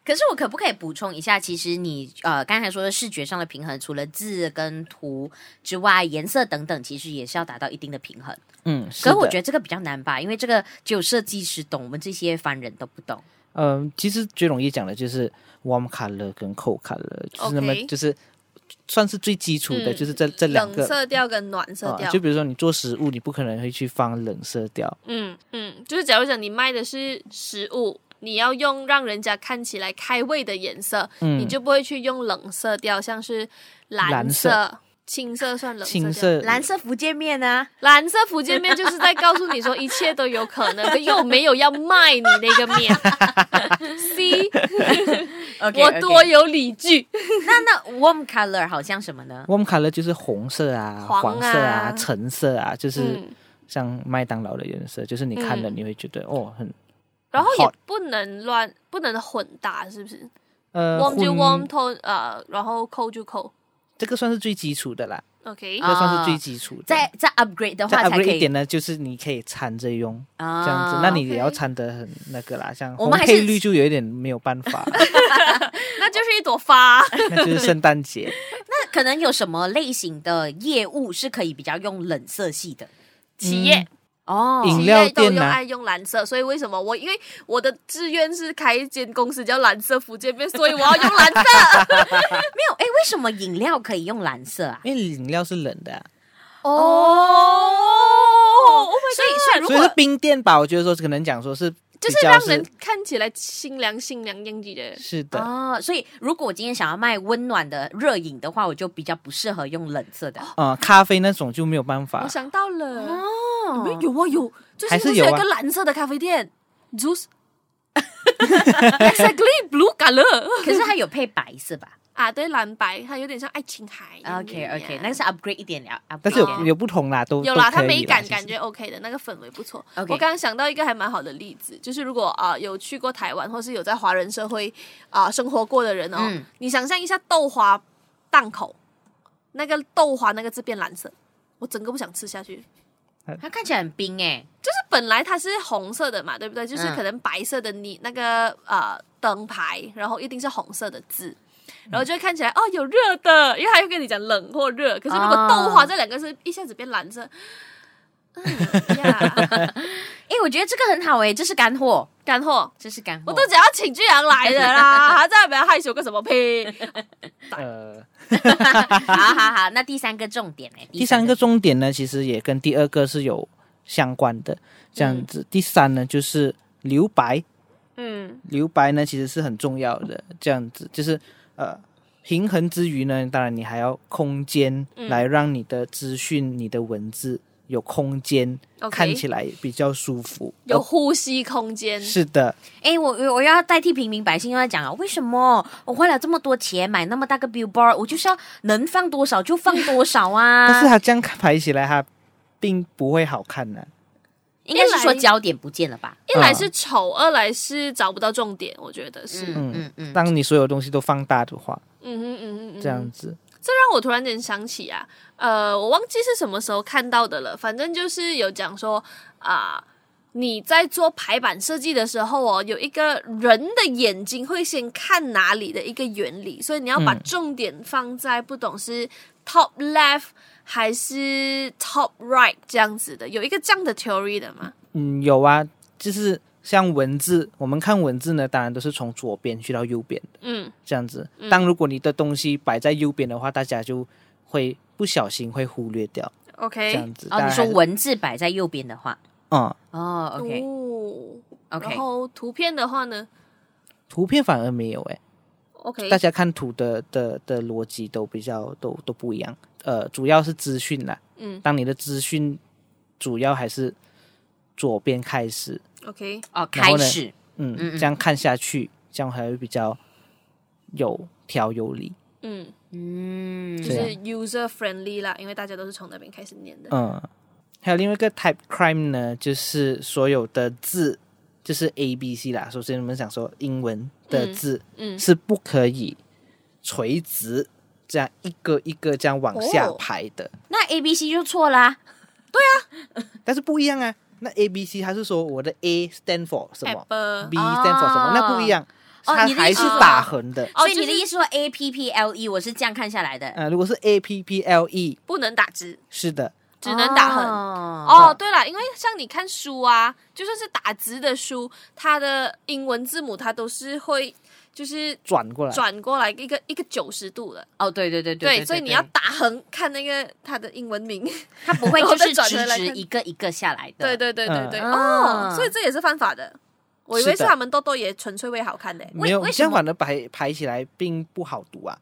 Speaker 1: 可是我可不可以补充一下？其实你呃刚才说的视觉上的平衡，除了字跟图之外，颜色等等，其实也是要达到一定的平衡。
Speaker 3: 嗯，
Speaker 1: 可是我觉
Speaker 3: 得，
Speaker 1: 得这个比较难吧，因为这个只有设计师懂，我们这些凡人都不懂。
Speaker 3: 嗯、其实最容易讲的就是 warm color 跟 cold color，就是那么
Speaker 2: OK
Speaker 3: 就是算是最基础的，
Speaker 2: 嗯
Speaker 3: 就是这这 *laughs* 两
Speaker 2: 冷
Speaker 3: 个。
Speaker 2: 色调跟暖色
Speaker 3: 啊
Speaker 2: 调，
Speaker 3: 就比如说你做食物，你不可能会去放冷色调，
Speaker 2: 嗯，嗯，就是假如讲你卖的是食物，你要用让人家看起来开胃的颜色，
Speaker 3: 嗯，
Speaker 2: 你就不会去用冷色调，像是蓝
Speaker 3: 蓝
Speaker 2: 青色算冷色调
Speaker 3: 青色
Speaker 1: 蓝色福建面啊，
Speaker 2: 蓝色福建面就是在告诉你说一切都有可能，可又没有要卖你那个
Speaker 3: *laughs*
Speaker 2: 面。C，我多有理据。
Speaker 1: 那那 warm color 好像什么呢？
Speaker 3: warm color 就是红色啊、
Speaker 2: 黄啊
Speaker 3: 黄色啊、橙色啊，就是
Speaker 2: 嗯，
Speaker 3: 像麦当劳的颜色，就是你看了
Speaker 2: 嗯
Speaker 3: 你会觉得哦很
Speaker 2: 然后也
Speaker 3: hot
Speaker 2: 不能乱，不能混搭，是不是
Speaker 3: 呃
Speaker 2: ？warm 就 warm
Speaker 3: 混
Speaker 2: tone，呃，然后 cold 就 cold。
Speaker 3: 这个算是最基础的啦，
Speaker 2: OK，
Speaker 3: 这
Speaker 1: 啊
Speaker 3: 个算是最基础的。
Speaker 1: 再再 upgrade 的话
Speaker 3: 再
Speaker 1: 才可
Speaker 3: upgrade 一
Speaker 1: 以
Speaker 3: 点呢，就是你可以掺着用
Speaker 1: 啊
Speaker 3: 这样子，那你也要
Speaker 2: OK
Speaker 3: 掺得很那个啦，像
Speaker 1: 我
Speaker 3: 红
Speaker 1: 们还是
Speaker 3: 配绿就有一点没有办
Speaker 2: *laughs*
Speaker 3: 法，
Speaker 2: 那就是一朵花。
Speaker 3: 那就是圣诞节。
Speaker 1: 那可能有什么类型的业务是可以比较用冷色系的？
Speaker 2: 企业、
Speaker 1: 哦
Speaker 3: 饮
Speaker 2: 企
Speaker 3: 料
Speaker 2: 业都
Speaker 3: 店
Speaker 2: 用
Speaker 3: 啊
Speaker 2: 爱用蓝色，所以为什么我因为我的志愿是开一间公司叫蓝色福建面，所以我要用蓝 *laughs* 色。
Speaker 1: 没有哎，为什么饮料可以用蓝色啊？
Speaker 3: 因为饮料是冷的啊、
Speaker 2: 哦，
Speaker 1: 所以所以如
Speaker 3: 所
Speaker 1: 果
Speaker 3: 以是冰店吧？我觉得说可能讲说是
Speaker 2: 就是
Speaker 3: 比较
Speaker 2: 让
Speaker 3: 是
Speaker 2: 人啊看起来清凉清凉样子的。
Speaker 3: 是的，
Speaker 1: 哦，所以如果我今天想要卖温暖的热饮的话，我就比较不适合用冷色的。
Speaker 3: 啊、咖啡那种就没有办法
Speaker 2: 我。想到了，
Speaker 1: 哦
Speaker 2: 没有啊有，最
Speaker 3: 还
Speaker 2: 近不
Speaker 3: 是
Speaker 2: 有
Speaker 3: 有啊
Speaker 2: 一个蓝色的咖啡店，Juice 。exactly blue color *laughs*
Speaker 1: 可是它有配白色吧
Speaker 2: 啊，对，蓝白，它有点啊像爱琴海一样
Speaker 1: ？OK
Speaker 2: 的
Speaker 1: OK，
Speaker 2: 呀
Speaker 1: 那个是 upgrade 一点了。
Speaker 3: 但是
Speaker 1: upgrade 一
Speaker 3: 有
Speaker 1: 点
Speaker 3: 有不同啦，都
Speaker 2: 有啦，
Speaker 3: 都
Speaker 2: 它
Speaker 3: 可以
Speaker 2: 美
Speaker 3: 啦
Speaker 2: 感
Speaker 3: 其实
Speaker 2: 感觉 OK 的，那个氛围不错。
Speaker 1: OK
Speaker 2: 我刚刚想到一个还蛮好的例子，就是如果啊、有去过台湾，或是有在华人社会啊、生活过的人哦，
Speaker 1: 嗯
Speaker 2: 你想象一下豆花档口，那个豆花那个字变蓝色，我整个不想吃下去。
Speaker 1: 它看起来很冰哎、
Speaker 2: 就是本来它是红色的嘛，对不
Speaker 3: 嗯
Speaker 2: 对？就是可能白色的你那个呃灯牌，然后一定是红色的字，
Speaker 3: 嗯
Speaker 2: 然后就会看起来哦有热的，因为它又跟你讲冷或热。可是如果
Speaker 1: 啊
Speaker 2: 豆花这两个是一下子变蓝色，嗯呀，
Speaker 1: 哎、我觉得这个很好哎、这是干货，
Speaker 2: 干
Speaker 3: *laughs*
Speaker 2: 货。
Speaker 1: 这是干货。
Speaker 2: 我都讲要请巨阳来的啦，*laughs*
Speaker 3: 哦
Speaker 2: 还在那边害羞个什么屁？
Speaker 3: 呃，
Speaker 1: *laughs* 好好好，那第三个重点哎、
Speaker 3: *laughs* 第三个重点呢，其实也跟第二个是有相关的，这样子。第三呢，就是留白，
Speaker 2: 嗯，
Speaker 3: 留白呢其实是很重要的，这样子就是呃。平衡之余呢，当然你还要空间
Speaker 2: 嗯
Speaker 3: 来让你的资讯、你的文字有空间
Speaker 2: OK
Speaker 3: 看起来哦比较舒服。
Speaker 2: 有
Speaker 3: 而
Speaker 2: 呼吸空间，
Speaker 3: 是的，
Speaker 1: 哎、我我我要代替平民百姓来讲啊，为什么我花了这么多钱买那么大个 billboard，我就是要能放多少就放多少啊？
Speaker 3: *laughs* 但是它这样排起来，它并不会好看呢、
Speaker 1: 应该是说焦点不见了吧？
Speaker 3: 啊
Speaker 2: 一来是丑，二来是找不到重点，我觉得是，嗯
Speaker 1: 嗯嗯嗯，
Speaker 3: 当你所有东西都放大的话，
Speaker 2: 嗯嗯嗯，
Speaker 3: 这样子，
Speaker 2: 这让我突然间想起啊，呃，我忘记是什么时候看到的了，反正就是有讲说啊、你在做排版设计的时候哦，有一个人的眼睛会先看哪里的一个原理，所以你要把
Speaker 3: 嗯
Speaker 2: 重点放在不懂是 top left 还是 top right 这样子的，有一个这样的 theory 的嘛？
Speaker 3: 嗯，有啊，就是像文字，我们看文字呢，当然都是从左边去到右边
Speaker 2: 嗯
Speaker 3: 这样子。当如果你的东西摆在右边的话，大家就会不小心会忽略掉这
Speaker 2: ，OK，
Speaker 3: 样子。当
Speaker 1: 哦，
Speaker 3: 然
Speaker 1: 你说
Speaker 3: 还是，
Speaker 1: 文字摆在右边的话，
Speaker 3: 嗯，
Speaker 1: 哦，OK
Speaker 2: 哦
Speaker 1: OK，
Speaker 2: 然后图片的话呢
Speaker 3: 图片反而没有诶，
Speaker 2: ，OK，
Speaker 3: 大家看图的的的逻辑都比较都都不一样。呃，主要是资讯啦，
Speaker 2: 嗯
Speaker 3: 当你的资讯主要还是左边开始，
Speaker 2: ，OK，
Speaker 1: 哦，
Speaker 3: 然
Speaker 1: 开
Speaker 3: 后呢
Speaker 1: 始，
Speaker 3: 嗯，
Speaker 1: 嗯嗯
Speaker 3: 这样看下去，这样还会比较有条有理。
Speaker 2: 嗯。
Speaker 1: 嗯，
Speaker 2: 就
Speaker 3: 对啊
Speaker 2: 是 user friendly 啦，因为大家都是从那边开始念的。
Speaker 3: 嗯，还有另外一个 type crime 呢，就是所有的字就是 A B C 啦。首先，我们想说英文的字
Speaker 2: 嗯，
Speaker 3: 是不可以垂直这样一个一个这样往下
Speaker 2: 哦
Speaker 3: 排的，
Speaker 1: 那 A B C 就错啦。
Speaker 3: 但是不一样啊。那 A B C 它是说我的 A stand for 什么
Speaker 2: Apple
Speaker 3: b stand for 什么，那不一样，
Speaker 1: 哦
Speaker 3: 它
Speaker 1: 你的意
Speaker 3: 还
Speaker 1: 思
Speaker 3: 是
Speaker 2: 是说
Speaker 3: 打横的。
Speaker 2: 哦
Speaker 1: 所以
Speaker 2: 就
Speaker 1: 你的
Speaker 2: 是
Speaker 1: 意思说 A P P L E，我是这样看下来的，
Speaker 3: 呃，如果是 A P P L E，
Speaker 2: 不能打直，
Speaker 3: 是的，
Speaker 2: 只能打横。哦
Speaker 1: 哦
Speaker 2: 对了，因为像你看书啊，就算是打直的书，它的英文字母它都是会就是
Speaker 3: 转过来。
Speaker 2: 转过来一个一个九十度的。
Speaker 1: 哦，对对对对，
Speaker 2: 所以你要打横看那个它的英文名。
Speaker 1: 它不 *laughs* 会
Speaker 2: 然后
Speaker 1: 就是
Speaker 2: 再转
Speaker 1: 直
Speaker 2: 回来
Speaker 1: 直
Speaker 2: 看
Speaker 1: 一个一个下来的。
Speaker 2: *laughs* 对对对对对，
Speaker 1: 嗯
Speaker 2: 哦，
Speaker 1: 啊
Speaker 2: 所以这也是犯法的。我以为
Speaker 3: 是
Speaker 2: 是
Speaker 3: 的
Speaker 2: 他们痘痘也纯粹为好看的。
Speaker 3: 没有
Speaker 1: 为，什
Speaker 3: 相
Speaker 1: 么
Speaker 3: 反的排排起来并不好读啊。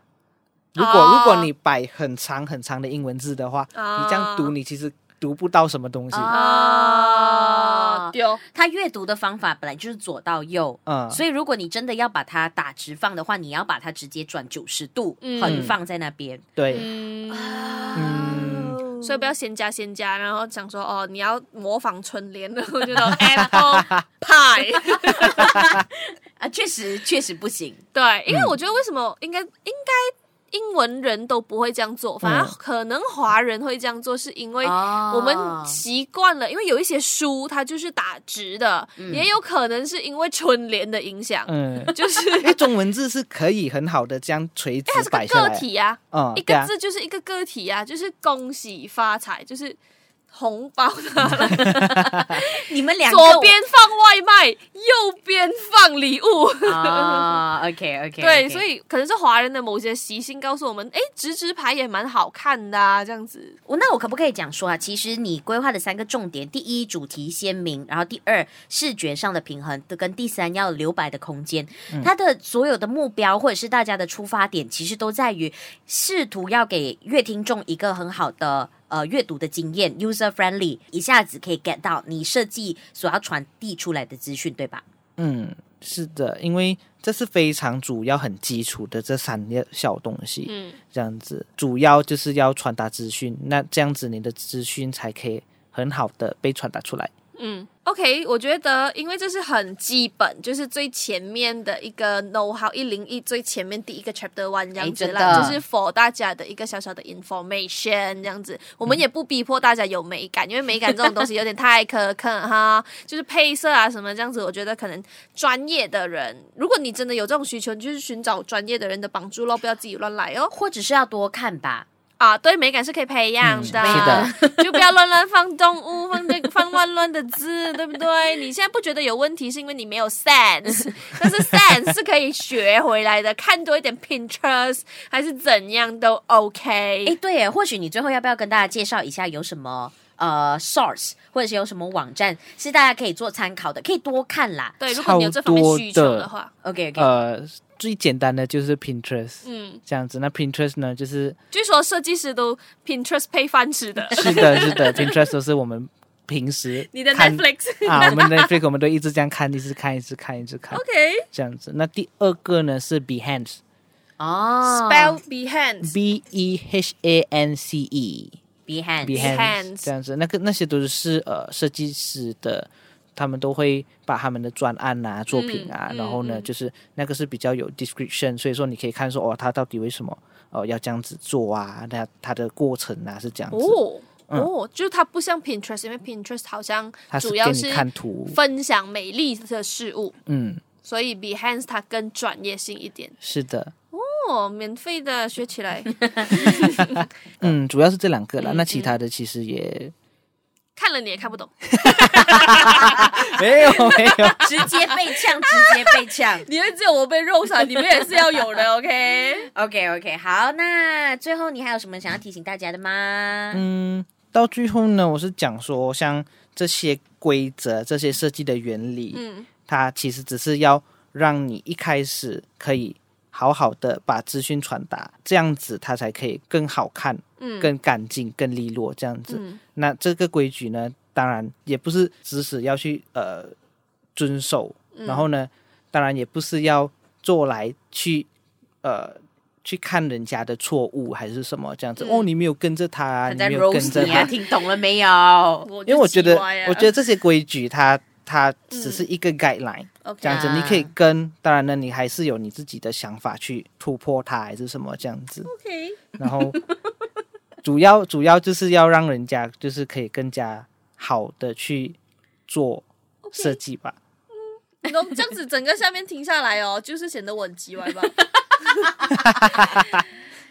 Speaker 3: 如果、
Speaker 2: 哦
Speaker 3: 如果你摆很长很长的英文字的话，你这样
Speaker 2: 哦
Speaker 3: 读，你其实读不到什么东西。
Speaker 1: 哦
Speaker 2: 啊，丢，
Speaker 1: 它阅读的方法本来就是左到右。
Speaker 3: 嗯，
Speaker 1: 所以，如果你真的要把它打直放的话，你要把它直接转九十度，
Speaker 2: 嗯
Speaker 1: 横放在那边。
Speaker 3: 对，
Speaker 2: 嗯哦
Speaker 3: 嗯
Speaker 2: 所以不要先加先加，然后想说哦，你要模仿春联， *laughs* 然后就到 apple
Speaker 3: *laughs*
Speaker 2: pie。
Speaker 1: 啊，确实确实不行。
Speaker 2: 对，
Speaker 3: 嗯
Speaker 2: 因为我觉得为什么应该应该英文人都不会这样做，反而
Speaker 3: 嗯
Speaker 2: 可能华人会这样做，是因为。
Speaker 1: 哦
Speaker 2: 我
Speaker 3: 啊
Speaker 2: 们习惯了，因为有一些书它就是打直的，也有可能是因为春联的影响，
Speaker 3: 嗯，
Speaker 2: *laughs* 就是
Speaker 3: 因为中文字是可以很好的这样垂直
Speaker 2: 它是个
Speaker 3: *laughs* 摆下
Speaker 2: 个
Speaker 3: 来。
Speaker 2: 体呀、啊
Speaker 3: 嗯，
Speaker 2: 一
Speaker 3: 对
Speaker 2: 个
Speaker 3: 啊，
Speaker 2: 字就是一个个体呀、就是恭喜发财，就是红包
Speaker 3: 嗯
Speaker 2: 拿来，
Speaker 1: 你们两个
Speaker 2: 左边放外卖，右边放礼物。
Speaker 1: 啊，OK OK，
Speaker 2: 对，所
Speaker 1: 以
Speaker 2: 以可能是华人的某些习性告诉我们，哎，直直牌也蛮好看的啊，这样子。
Speaker 1: 我那我可不可以讲说啊？其实你规划的三个重点，第一主题鲜明，然后第二视觉上的平衡，跟第三要留白的空间。它的所有的目标或者是大家的出发点，其实都在于试图要给乐听众一个很好的。呃，阅读的经验，user friendly，一下子可以 get 到你设计所要传递出来的资讯，对吧？
Speaker 3: 嗯，是的，因为这是非常主要、很基础的这三个小东西，
Speaker 2: 嗯，
Speaker 3: 这样子主要就是要传达资讯，那这样子你的资讯才可以很好的被传达出来。
Speaker 2: 嗯，OK，我觉得因为这是很基本，就是最前面的一个 know how 一零一最前面第一个 chapter one 这样子
Speaker 1: 哎真
Speaker 2: 啦，
Speaker 1: 的
Speaker 2: 就是 for 大家的一个小小的 information 这样子。我们也不逼迫大家有美感，因为美感这种东西有点太苛刻哈， *laughs* 就是配色啊什么这样子。我觉得可能专业的人，如果你真的有这种需求，你就是寻找专业的人的帮助咯，不要自己乱来哦。
Speaker 1: 或者是要多看吧。
Speaker 2: 啊，对美感是可以培养的，
Speaker 3: 嗯
Speaker 2: *laughs* 就不要乱乱放动物，放这个 *laughs* 放乱乱的字，对不对？你现在不觉得有问题，是因为你没有 sense，但 *laughs* 是 sense 是可以学回来的，看多一点 Pinterest 还是怎样都 OK。
Speaker 1: 诶，对耶，或许你最后要不要跟大家介绍一下有什么呃 source，或者是有什么网站是大家可以做参考的，可以多看啦。
Speaker 2: 对，如果你有这方面需求的话，
Speaker 1: OK OK，、
Speaker 3: 呃，最简单的就是 Pinterest
Speaker 2: 嗯，
Speaker 3: 这样子，那 Pinterest 呢，就是，
Speaker 2: 据说设计师都 Pinterest 配饭吃的
Speaker 3: *laughs* 是的，是的，Pinterest 都是我们平时
Speaker 2: *laughs* 你的
Speaker 3: 看
Speaker 2: Netflix
Speaker 3: 啊，我们的 Netflix 我们都一直这样看，一直看，一直看，一直
Speaker 2: *laughs*
Speaker 3: 看
Speaker 2: OK。
Speaker 3: 这样子。那第二个呢是 Behance，B 嗯
Speaker 1: 哦
Speaker 2: Spell Behance，
Speaker 3: E H A N C E。
Speaker 1: Behance，
Speaker 2: Behance
Speaker 3: 这样子，那个那些都是呃设计师的，他们都会把他们的专案啊、作品啊，
Speaker 2: 嗯
Speaker 3: 然后呢，
Speaker 2: 嗯
Speaker 3: 就是那个是比较有 description，所以说你可以看说哦，他到底为什么呃要这样子做啊？那他的过程啊是这样子，
Speaker 2: 哦哦，就是它不像 Pinterest，因为 Pinterest 好像
Speaker 3: 他嗯是
Speaker 2: 主
Speaker 3: 给
Speaker 2: 要
Speaker 3: 你
Speaker 2: 是
Speaker 3: 看图，
Speaker 2: 分享美丽的事物，
Speaker 3: 嗯，
Speaker 2: 所以 Behance 它更专业性一点
Speaker 3: 是的，
Speaker 2: 哦，免费的学起来， *laughs*
Speaker 3: 嗯，主要是这两个啦，那
Speaker 2: 嗯
Speaker 3: 其他的其
Speaker 2: *laughs*
Speaker 3: 实也
Speaker 2: 看了你也看不懂，
Speaker 3: 没有没有，
Speaker 1: 直接被呛，直接被呛。
Speaker 2: *laughs* 你们只有我被肉傻，你们也是要有的，OK？
Speaker 1: OK OK，好，那最后你还有什么想要提醒大家的吗？
Speaker 3: 嗯，到最后呢，我是讲说像这些规则、这些设计的原理，
Speaker 2: 嗯，
Speaker 3: 它其实只是要让你一开始可以好好的把资讯传达，这样子它才可以更好看、
Speaker 2: 嗯
Speaker 3: 更干净、更利落这样子。
Speaker 2: 嗯
Speaker 3: 那这个规矩呢，当然也不是指使要去呃遵守，
Speaker 2: 嗯
Speaker 3: 然后呢，当然也不是要做来去呃。去看人家的错误还是什么这样子、
Speaker 2: 嗯
Speaker 3: 哦，你没有跟着他啊，
Speaker 1: 他
Speaker 3: 你
Speaker 1: 在
Speaker 3: 没有跟着
Speaker 1: roast 你
Speaker 3: 他 *laughs*
Speaker 1: 啊，，听懂了没有？
Speaker 2: 我
Speaker 3: 因为我觉得，我觉
Speaker 2: 得
Speaker 3: 得这些规矩它它只是一个 guideline，、这
Speaker 2: OK
Speaker 3: 样子，
Speaker 1: 啊
Speaker 3: 你可以跟，当然呢，你还是有你自己的想法去突破它，还是什么这样子。
Speaker 2: OK，
Speaker 3: 然 *laughs* 后主要主要就是要让人家就是可以更加好的去做设计吧。
Speaker 2: 那这样子整个下面停下来哦，就是显得我很叽歪吧。 *laughs*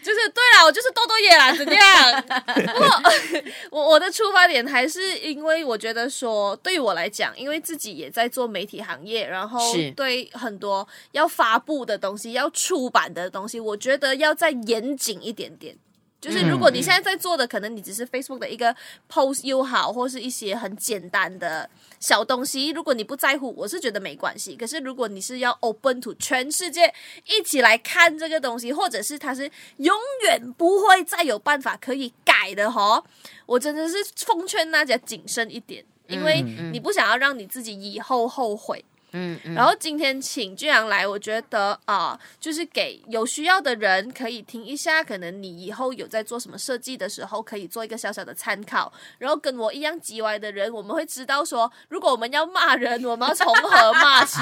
Speaker 2: 就是对啦，我就是多多野啦，啊怎样？不过 *laughs* 我我的出发点还是因为我觉得说，对于我来讲，因为自己也在做媒体行业，然后
Speaker 1: 是
Speaker 2: 对很多要发布的东西、要出版的东西，我觉得要再严谨一点点。就是如果你现在在做的，可能你只是 Facebook 的一个 post 又好，或是一些很简单的小东西，如果你不在乎，我是觉得没关系。可是如果你是要 open to 全世界一起来看这个东西，或者是它是永远不会再有办法可以改的哈，我真的是奉劝大家谨慎一点，因为你不想要让你自己以后后悔。
Speaker 1: 嗯嗯，
Speaker 2: 然后今天请俊阳来，我觉得啊、就是给有需要的人可以听一下，可能你以后有在做什么设计的时候，可以做一个小小的参考。然后跟我一样叽歪的人，我们会知道说，如果我们要骂人，我们要从何骂 *laughs* 起。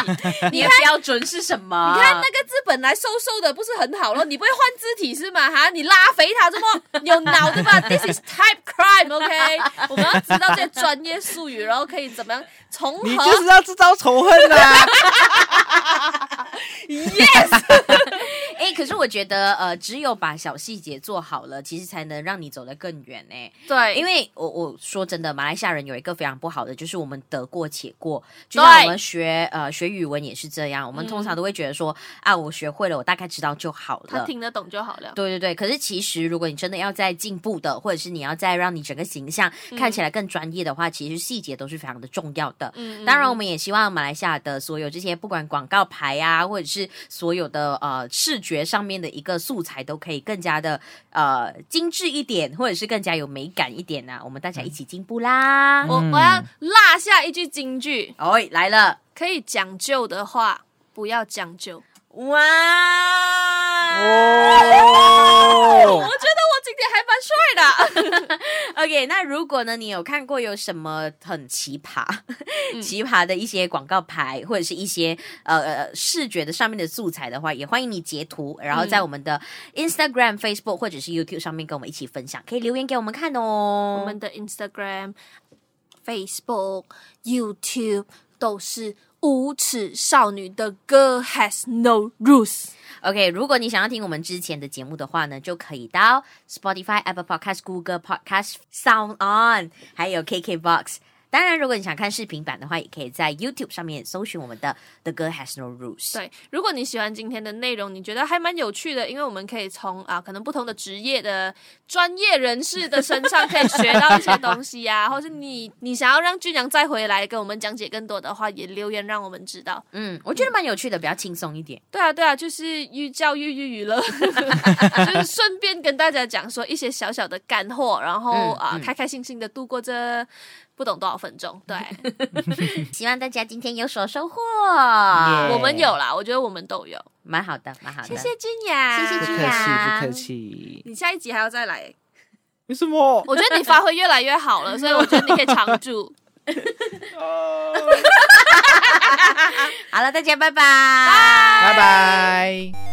Speaker 1: 你的标准是什么？
Speaker 2: 你看那个字本来瘦瘦的，不是很好咯？你不会换字体是吗？哈，你拉肥它，这么有脑对 *laughs* 吧？This is type crime，OK？、我们要知道这些专业术语，然后可以怎么样从
Speaker 3: 你
Speaker 2: 何
Speaker 3: *laughs* 就是要制造仇恨啊！
Speaker 2: Yes，
Speaker 1: 哎、可是我觉得，呃，只有把小细节做好了，其实才能让你走得更远哎、
Speaker 2: 对，
Speaker 1: 因
Speaker 2: 为
Speaker 1: 为我我说真的，马来西亚人有一个非常不好的，就是我们得过且过。就
Speaker 2: 对
Speaker 1: 像我们学呃学语文也是这样，我们
Speaker 2: 嗯
Speaker 1: 通常都会觉得说、啊，我学会了，我大概知道就好
Speaker 2: 他
Speaker 1: 了。
Speaker 2: 听得懂就好了。
Speaker 1: 对对对，可是其实如果你真的要再进步的，或者是你要再让你整个形象
Speaker 2: 嗯
Speaker 1: 看起来更专业的话，其实细节都是非常的重要的。
Speaker 2: 嗯，
Speaker 1: 当然，
Speaker 2: 嗯
Speaker 1: 我们也希望马来西亚的所有这些，不管广告牌啊，或者是所有的呃视觉上面的一个素材，都可以更加的呃精致一点，或者是更加有美感一点啊。我们大家一起进步啦！
Speaker 2: 我
Speaker 3: 嗯
Speaker 2: 我要落下一句金句：
Speaker 1: 哦，来了，
Speaker 2: 可以讲究的话，不要讲究。
Speaker 1: 哇！
Speaker 2: 我
Speaker 3: 哦
Speaker 2: 觉得我今天还蛮帅的。
Speaker 1: OK，那如果呢，你有看过有什么很奇葩、奇葩的一些广告牌，或者是一些呃呃视觉的上面的素材的话，也欢迎你截图，然后在我们的 Instagram、Facebook 或者是 YouTube 上面跟我们一起分享，可以留言给我们看哦。
Speaker 2: 我们的 Instagram、Facebook、YouTube 都是无耻少女的 Girl Has No Rules。
Speaker 1: OK，如果你想要听我们之前的节目的话呢，就可以到 Spotify、Apple Podcast、Google Podcast、Sound On，还有 KKBox。当然，如果你想看视频版的话，也可以在 YouTube 上面搜寻我们的 The Girl Has No Rules。
Speaker 2: 对，如果你喜欢今天的内容，你觉得还蛮有趣的，因为我们可以从啊，可能不同的职业的专业人士的身上可以学到一些东西 *laughs* 呀、或是你你想要让俊阳再回来跟我们讲解更多的话，也留言让我们知道。
Speaker 1: 嗯，我觉得蛮有趣的，比较轻松一点。
Speaker 2: 对啊，对啊，就是寓教育寓 *laughs* 娱乐，就是顺便跟大家讲说一些小小的干货，然后、
Speaker 1: 嗯
Speaker 2: 啊，
Speaker 1: 嗯
Speaker 2: 开开心心的度过这不懂多少分钟。
Speaker 1: *laughs*
Speaker 2: 对，
Speaker 1: 希望大家今天有所收获。
Speaker 3: Yeah
Speaker 1: 啊
Speaker 2: 我们有啦，我觉得我们都有。
Speaker 1: 蛮好的，蛮好的。
Speaker 2: 谢谢俊阳，
Speaker 1: 谢谢
Speaker 3: 不
Speaker 1: 君
Speaker 3: 客
Speaker 1: 雅
Speaker 3: 气，不客气。
Speaker 2: 你下一集还要再来。
Speaker 3: 为什 *laughs* 么？
Speaker 2: 我觉得你发挥越来越好了，所以我觉得你可以常驻。
Speaker 3: 哦
Speaker 1: 好了，大家拜拜。拜
Speaker 3: 拜拜。